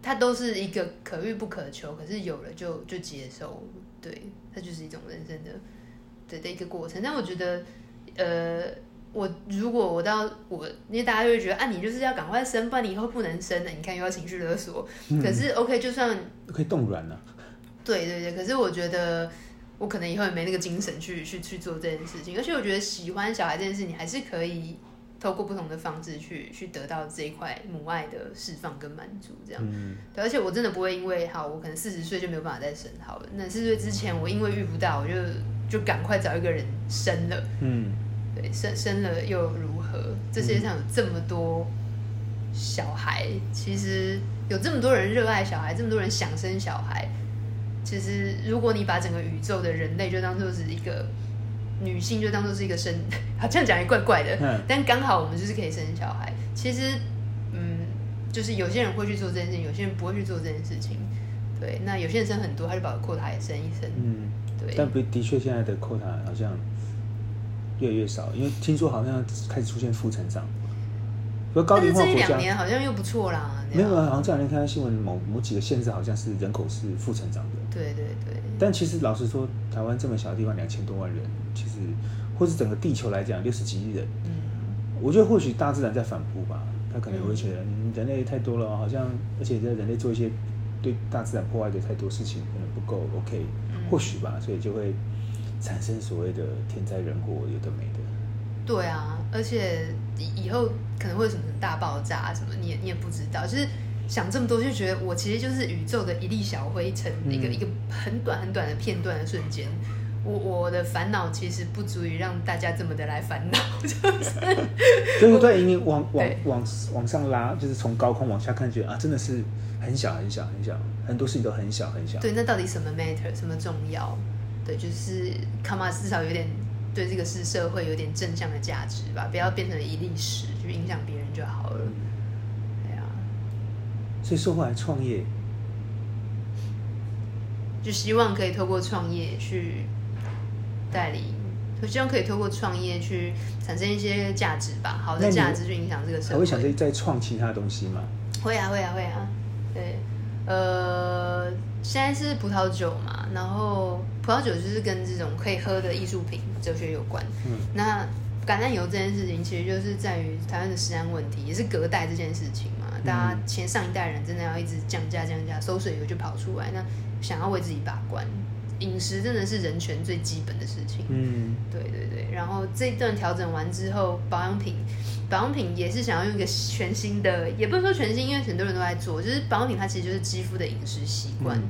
S2: 它都是一个可遇不可求，可是有了就就接受，对，它就是一种人生的对的一个过程。但我觉得，呃。我如果我到我，因为大家就会觉得啊，你就是要赶快生，不然你以后不能生了。你看又要情绪勒索，可是 OK，就算
S1: 可以冻卵了、
S2: 对对对，可是我觉得我可能以后也没那个精神去去去做这件事情，而且我觉得喜欢小孩这件事，你还是可以透过不同的方式去去得到这一块母爱的释放跟满足，这样。
S1: 嗯，
S2: 对，而且我真的不会因为好，我可能四十岁就没有办法再生好了，那四十岁之前我因为遇不到，我就就赶快找一个人生了。
S1: 嗯，
S2: 对，生生了又如何？这世界上有这么多小孩，其实有这么多人热爱小孩，这么多人想生小孩。其实，如果你把整个宇宙的人类就当做是一个女性，就当做是一个生， 好这样讲也怪怪的。
S1: 嗯
S2: 但刚好我们就是可以生小孩。其实，嗯，就是有些人会去做这件事情，有些人不会去做这件事情。对，那有些人生很多，他就把扩他也生一生。
S1: 嗯，
S2: 对，
S1: 但不的确现在的 quota 好像越来越少，因为听说好像开始出现负成长，比如高
S2: 但
S1: 龄
S2: 是
S1: 化
S2: 这一
S1: 国
S2: 两
S1: 家。
S2: 年好像又不错啦。对
S1: 没
S2: 啊
S1: 有啊，好像这两天看到新闻，某某几个县市好像是人口是负成长的。
S2: 对对对。
S1: 但其实老实说，台湾这么小的地方，两千多万人，其实或是整个地球来讲，六十几亿人，
S2: 嗯
S1: 我觉得或许大自然在反扑吧，他可能会觉得、嗯人类太多了，好像而且在人类做一些对大自然破坏的太多事情，可能不够 OK，
S2: 嗯
S1: 或许吧，所以就会产生所谓的天灾人祸，有的没 的。，
S2: 对啊，而且以以后可能会有什么大爆炸什么，你也你也不知道，就是想这么多，就觉得我其实就是宇宙的一粒小灰尘，
S1: 嗯
S2: 一个一个很短很短的片段的瞬间。我我的烦恼其实不足以让大家这么的来烦恼， 就是
S1: 所以对，因为往往
S2: 对
S1: 往往上拉，就是从高空往下看，觉得啊，真的是很小很小很小，很多事情都很小很小。
S2: 对，那到底什么 matter 什么重要？对，就是看嘛，至少有点对这个是社会有点正向的价值吧，不要变成一粒屎去影响别人就好了。对啊，
S1: 所以说回来创业，
S2: 就希望可以透过创业去代理，我希望可以透过创业去产生一些价值吧，好
S1: 那
S2: 的
S1: 你
S2: 价值去影响这个社
S1: 还
S2: 会
S1: 会。想再再创其他东西吗？
S2: 会啊，会啊，会啊。对，呃，现在是葡萄酒嘛，然后葡萄酒就是跟这种可以喝的艺术品、哲学有关。
S1: 嗯，
S2: 那橄榄油这件事情，其实就是在于台湾的食安问题，也是隔代这件事情嘛。大家前上一代人真的要一直降价降价，馊水油就跑出来，那想要为自己把关，饮食真的是人权最基本的事情。
S1: 嗯，
S2: 对对对，然后这一段调整完之后，保养品，保养品也是想要用一个全新的，也不是说全新，因为很多人都在做，就是保养品它其实就是肌肤的饮食习惯，
S1: 嗯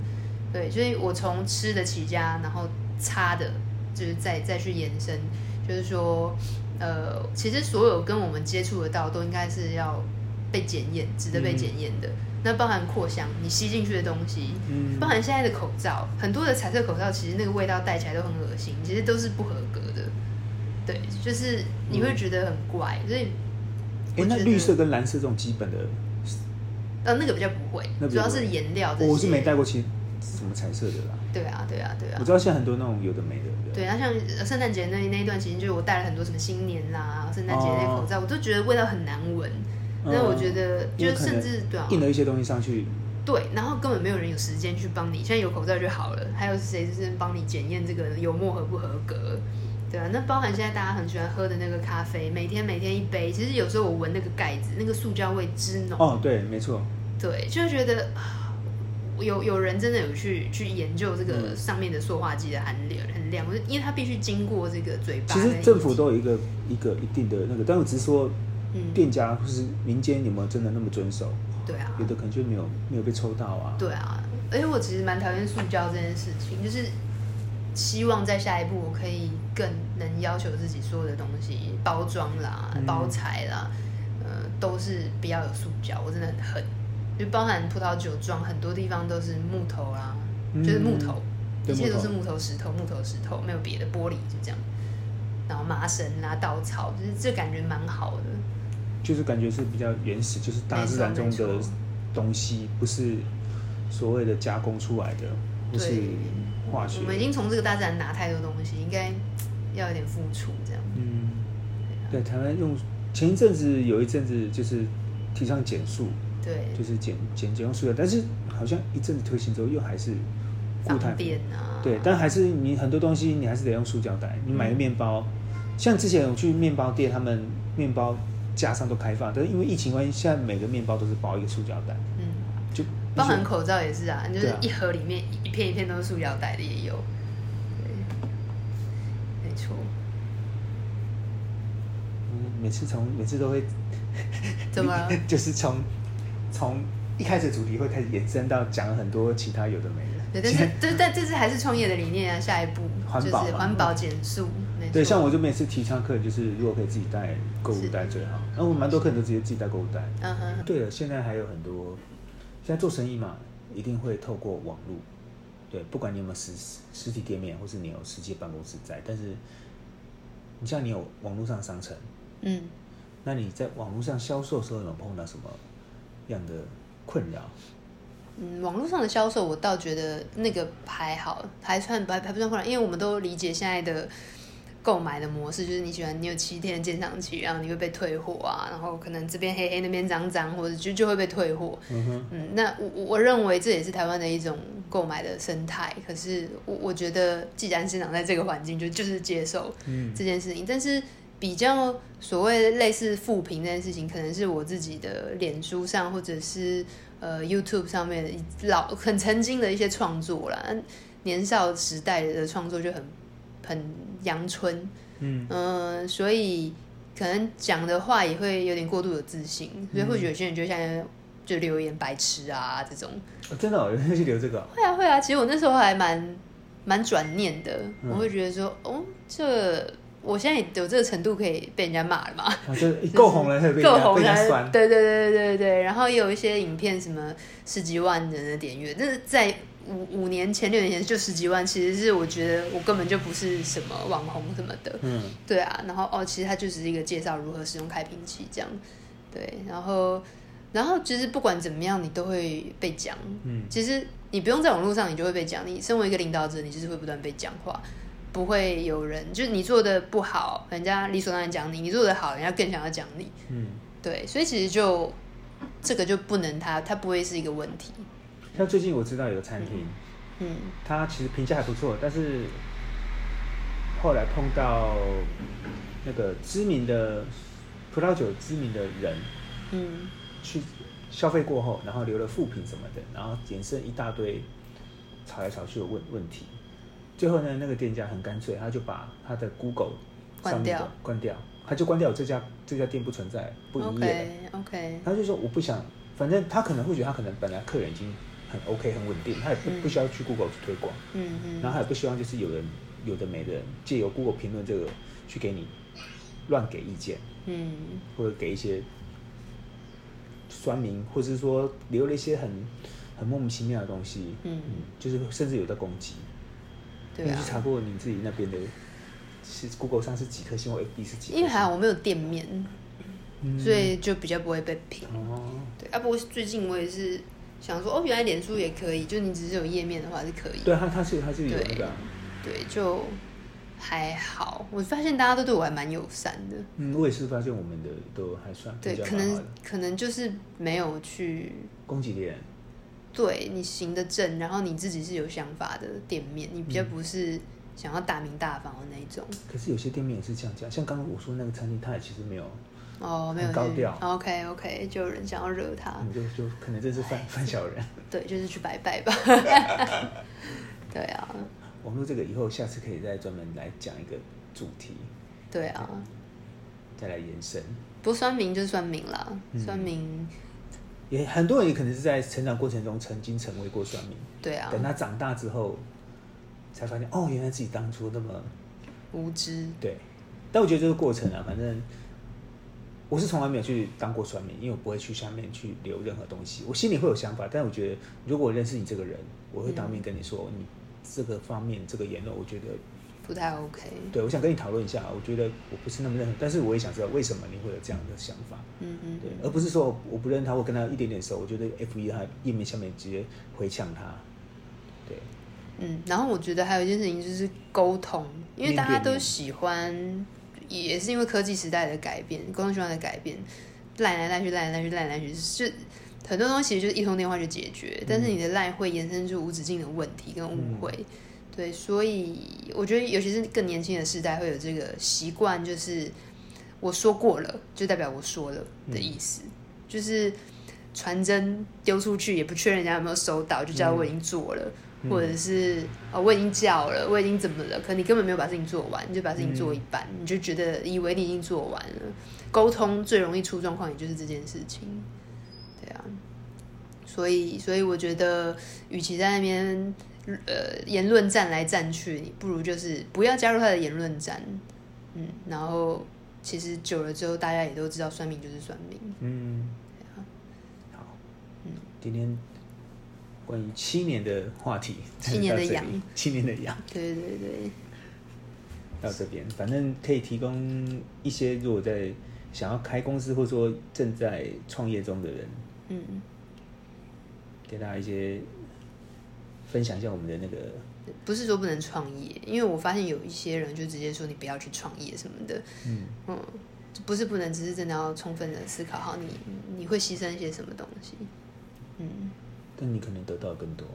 S2: 对，所以我从吃的起家，然后擦的，就是再再去延伸，就是说，呃，其实所有跟我们接触得到都应该是要被检验，值得被
S1: 嗯
S2: 检验的，那包含扩香，你吸进去的东西，
S1: 嗯
S2: 包含现在的口罩，很多的彩色口罩，其实那个味道戴起来都很恶心，其实都是不合格的。对，就是你会觉得很怪，所以
S1: 哎，
S2: 我
S1: 那
S2: 觉得
S1: 绿色跟蓝色这种基本的，
S2: 呃那个比较不会，
S1: 那比
S2: 主
S1: 较
S2: 要
S1: 不会
S2: 是颜料这些。
S1: 我是没带过，其实什么彩色的啦。
S2: 对啊，对啊，对啊
S1: 我。知道现在很多那种有的没的，不，
S2: 对，那像呃圣诞节那那一段期间，就是我带了很多什么新年啦、圣诞节那些口罩，我都觉得味道很难闻。
S1: 哦嗯
S2: 那我觉得
S1: 因
S2: 就
S1: 为
S2: 是
S1: 可能
S2: 甚至对啊，
S1: 印了一些东西上去，
S2: 对，然后根本没有人有时间去帮你，现在有口罩就好了。还有谁就是帮你检验这个油墨合不合格？对啊，那包含现在大家很喜欢喝的那个咖啡，每天每天一杯，其实有时候我闻那个盖子，那个塑胶味之浓，
S1: 哦，对，没错，
S2: 对，就觉得啊有有人真的有去去研究这个
S1: 嗯
S2: 上面的塑化剂的含量含量，因为它必须经过这个嘴巴
S1: 其
S2: 跟眼睛。
S1: 实政府都有一个一个一定的那个，但我只是说
S2: 嗯，
S1: 店家或是民间有没有真的那么遵守，
S2: 对啊，
S1: 有的可能就没有没有被抽到啊。
S2: 对啊，而且我其实蛮讨厌塑胶这件事情，就是希望在下一步我可以更能要求自己所有的东西，包装啦、
S1: 嗯
S2: 包材啦，呃，都是不要有塑胶，我真的很恨。就包含葡萄酒庄，很多地方都是木头啦，
S1: 嗯
S2: 就是木头，
S1: 对
S2: 一切
S1: 木头
S2: 都是木头、石头、木头、石头，没有别的玻璃，就这样。然后麻绳啦、稻草，就是这感觉蛮好的。
S1: 就是感觉是比较原始，就是大自然中
S2: 没错
S1: 的
S2: 没错
S1: 东西，不是所谓的加工出来的，或是
S2: 对
S1: 化学
S2: 我。们已经从这个大自然拿太多东西，应该要有点付出这样。
S1: 嗯，对，台湾用前一阵子有一阵子就是提倡减速，
S2: 对，
S1: 就是减减减用塑料，但是好像一阵子推行之后又还是固态
S2: 方。便啊，
S1: 对，但还是你很多东西你还是得用塑胶袋。你买个面包，像之前我去面包店，他们面包架上都开放，但是因为疫情关系，现在每个面包都是包一个塑胶袋，
S2: 嗯，
S1: 就
S2: 包含口罩也是啊，就
S1: 对
S2: 是
S1: 啊
S2: 一盒里面一片一片都是塑料袋的也有，对，没 错，
S1: 嗯每次从每次都会
S2: 怎么了？
S1: 就是从从一开始主题会开始延伸到讲很多其他有的没的。
S2: 对，但是对，但这是还是创业的理念啊，下一步
S1: 环
S2: 就是
S1: 保嘛
S2: 环保减速，没错，
S1: 对，像我就每次提倡客人就是如果可以自己带购物袋最好，然后我蛮多客人都直接自己带购物袋。
S2: 嗯哼，
S1: 对了，现在还有很多，现在做生意嘛，一定会透过网络，对，不管你有没有实实体店面，或是你有实际办公室在，但是你像你有网络上商城，
S2: 嗯，
S1: 那你在网络上销售的时候有没有碰到什么样的困扰？
S2: 嗯，网络上的销售我倒觉得那个还好，还算还还不算困难，因为我们都理解现在的购买的模式，就是你喜欢你有七天的鉴赏期，然后你会被退货啊，然后可能这边黑黑那边脏脏，或者就就会被退货。
S1: 嗯哼，
S2: 嗯，那我我我认为这也是台湾的一种购买的生态。可是我我觉得，既然生长在这个环境，就就是接受
S1: 嗯
S2: 这件事情。但是比较所谓类似复评这件事情，可能是我自己的脸书上或者是呃 YouTube 上面的一老很曾经的一些创作啦。年少时代的创作就很很阳春，
S1: 嗯
S2: 嗯，所以可能讲的话也会有点过度的自信，所以或
S1: 嗯
S2: 许有些人就像就留言白痴啊这种。
S1: 哦真的、哦、有人去留这个哦、
S2: 会啊会啊，其实我那时候还蛮蛮转念的，
S1: 嗯
S2: 我会觉得说，哦，这我现在有这个程度可以被人家骂了嘛？
S1: 啊，就是够红了才被人
S2: 够
S1: 家
S2: 红
S1: 被人家
S2: 了，
S1: 酸。
S2: 对对对对对对。然后也有一些影片什么十几万人的点阅，但是在五五年前、六年前就十几万，其实是我觉得我根本就不是什么网红什么的。
S1: 嗯，
S2: 对啊，然后哦，其实它就只是一个介绍如何使用开瓶器这样，对，然后然后其实不管怎么样，你都会被讲。
S1: 嗯
S2: 其实你不用在网络上，你就会被讲。你身为一个领导者，你就是会不断被讲话，不会有人就是你做的不好，人家理所当然讲你；你做的好，人家更想要讲你。
S1: 嗯，
S2: 对，所以其实就这个就不能它，它不会是一个问题。
S1: 像最近我知道有个餐厅，
S2: 嗯
S1: 它其实评价还不错，但是后来碰到那个知名的葡萄酒知名的人
S2: 嗯
S1: 去消费过后，然后留了负评什么的，然后衍生一大堆吵来吵去的问问题。最后呢，那个店家很干脆，他就把他的 Google
S2: 关
S1: 上面的
S2: 掉，
S1: 关掉，他就关掉这家这家店不存在，不营业了。
S2: ，OK OK，
S1: 他就说我不想，反正他可能会觉得他可能本来客人已经很 OK 很稳定，他也不
S2: 嗯
S1: 不需要去 Google 去推广，
S2: 嗯嗯，
S1: 然后他也不希望就是有人有的没的人借由 Google 评论这个去给你乱给意见，
S2: 嗯
S1: 或者给一些酸民，或者是说留了一些很很莫名其妙的东西，
S2: 嗯
S1: 就是甚至有在攻击。
S2: 对
S1: 你
S2: 啊
S1: 去。查过你自己那边的是 Google 上是几颗星或 FB 是几颗星？
S2: 因为还好我没有店面，
S1: 嗯
S2: 所以就比较不会被评。
S1: 哦，
S2: 对啊，不过最近我也是想说，哦，原来脸书也可以，就你只是有页面的话是可以。
S1: 对他他是他是有那个啊、
S2: 对，就还好。我发现大家都对我还蛮友善的，
S1: 嗯，我也是发现我们的都还算
S2: 对，
S1: 比较
S2: 可
S1: 蛮好
S2: 能
S1: 的，
S2: 可能就是没有去
S1: 攻击猎人，
S2: 对你行得正，然后你自己是有想法的店面，你
S1: 嗯
S2: 比较不是想要大名大放的那一种。
S1: 可是有些店面也是这样讲，像刚刚我说那个餐厅，它也其实没有，
S2: 哦，没有
S1: 很高
S2: 去
S1: 调
S2: OK OK，就有人想要惹他，
S1: 你就就可能这是犯犯小人。
S2: 对，就是去拜拜吧。 对啊，
S1: 网络这个以后下次可以再专门来讲一个主题，
S2: 对啊。
S1: 再来延伸。
S2: 不过酸民就是酸民啦，
S1: 嗯
S2: 酸民
S1: 也很多人也可能是在成长过程中曾经成为过算命，
S2: 对啊，
S1: 等他长大之后，才发现哦，原来自己当初那么
S2: 无知，
S1: 对。但我觉得这个过程啊，反正我是从来没有去当过算命，因为我不会去下面去留任何东西。我心里会有想法，但我觉得如果我认识你这个人，我会当面跟你说、你这个方面这个言论，我觉得
S2: 不太 OK。
S1: 对我想跟你讨论一下。我觉得我不是那么认同，但是我也想知道为什么你会有这样的想法。
S2: 嗯嗯
S1: 对，而不是说我不认他，我跟他一点点熟，我觉得 F 一他页面下面直接回呛他，对，
S2: 嗯，然后我觉得还有一件事情就是沟通，因为大家
S1: 面对
S2: 都
S1: 面
S2: 喜欢，也是因为科技时代的改变，沟通习惯的改变，赖来赖去，赖来赖去，赖来赖去，是很多东西其实就是一通电话就解决，但是
S1: 嗯
S2: 你的赖会延伸出无止境的问题跟误会。对，所以我觉得，尤其是更年轻的世代，会有这个习惯，就是我说过了，就代表我说了的意思，就是传真丢出去也不确认人家有没有收到，就叫我已经做了，或者是哦我已经叫了，我已经怎么了，可你根本没有把事情做完，你就把事情做一半，你就觉得以为你已经做完了。沟通最容易出状况，也就是这件事情，对啊。所以，所以我觉得，与其在那边呃言论战来战去，你不如就是不要加入他的言论战，嗯，然后其实久了之后，大家也都知道算命就是算命，
S1: 嗯，
S2: 啊
S1: 好，
S2: 嗯
S1: 今天关于七年的话题，
S2: 七年的
S1: 到这里
S2: 羊，
S1: 七年的羊
S2: 对对对，
S1: 到这边，反正可以提供一些如果在想要开公司或者说正在创业中的人，
S2: 嗯，
S1: 给大家一些分享一下我们的那个，
S2: 不是说不能创业，因为我发现有一些人就直接说你不要去创业什么的，
S1: 嗯，
S2: 嗯，不是不能，只是真的要充分的思考好你你会牺牲一些什么东西，嗯，
S1: 但你可能得到更多，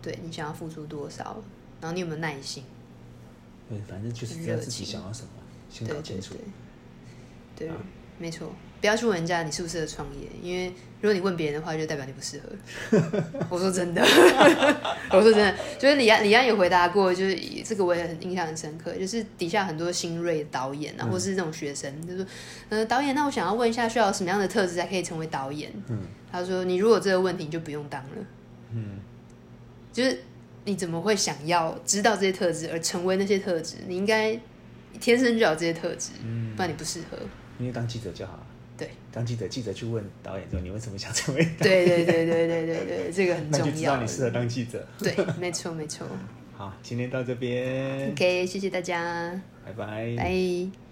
S2: 对你想要付出多少，然后你有没有耐心，
S1: 对，反正就是知道自己想要什么，先
S2: 对
S1: 搞
S2: 对
S1: 清楚
S2: 对，，对，
S1: 啊
S2: 没错，不要去问人家你适不适合创业，因为如果你问别人的话，就代表你不适合。 我说真的， 我说真的，就是李安，李安也回答过，就是这个我也很印象很深刻，就是底下很多新锐导演
S1: 嗯
S2: 啊，或是那种学生，就说，呃，导演，那我想要问一下，需要有什么样的特质才可以成为导演？
S1: 嗯
S2: 他说，你如果有这个问题，你就不用当了，
S1: 嗯。
S2: 就是你怎么会想要知道这些特质而成为那些特质？你应该天生就有这些特质，
S1: 嗯
S2: 不然你不适合。
S1: 因为当记者就好了。
S2: 对，
S1: 当记者，记者去问导演说：“你为什么想成为导演
S2: 对对对对对对对，这个？”很
S1: 那就
S2: 重
S1: 知
S2: 要
S1: 道。你适合当记者。
S2: 对，没 错没错。
S1: 好，今天到这边，
S2: OK，谢谢大家，
S1: 拜拜。
S2: 拜。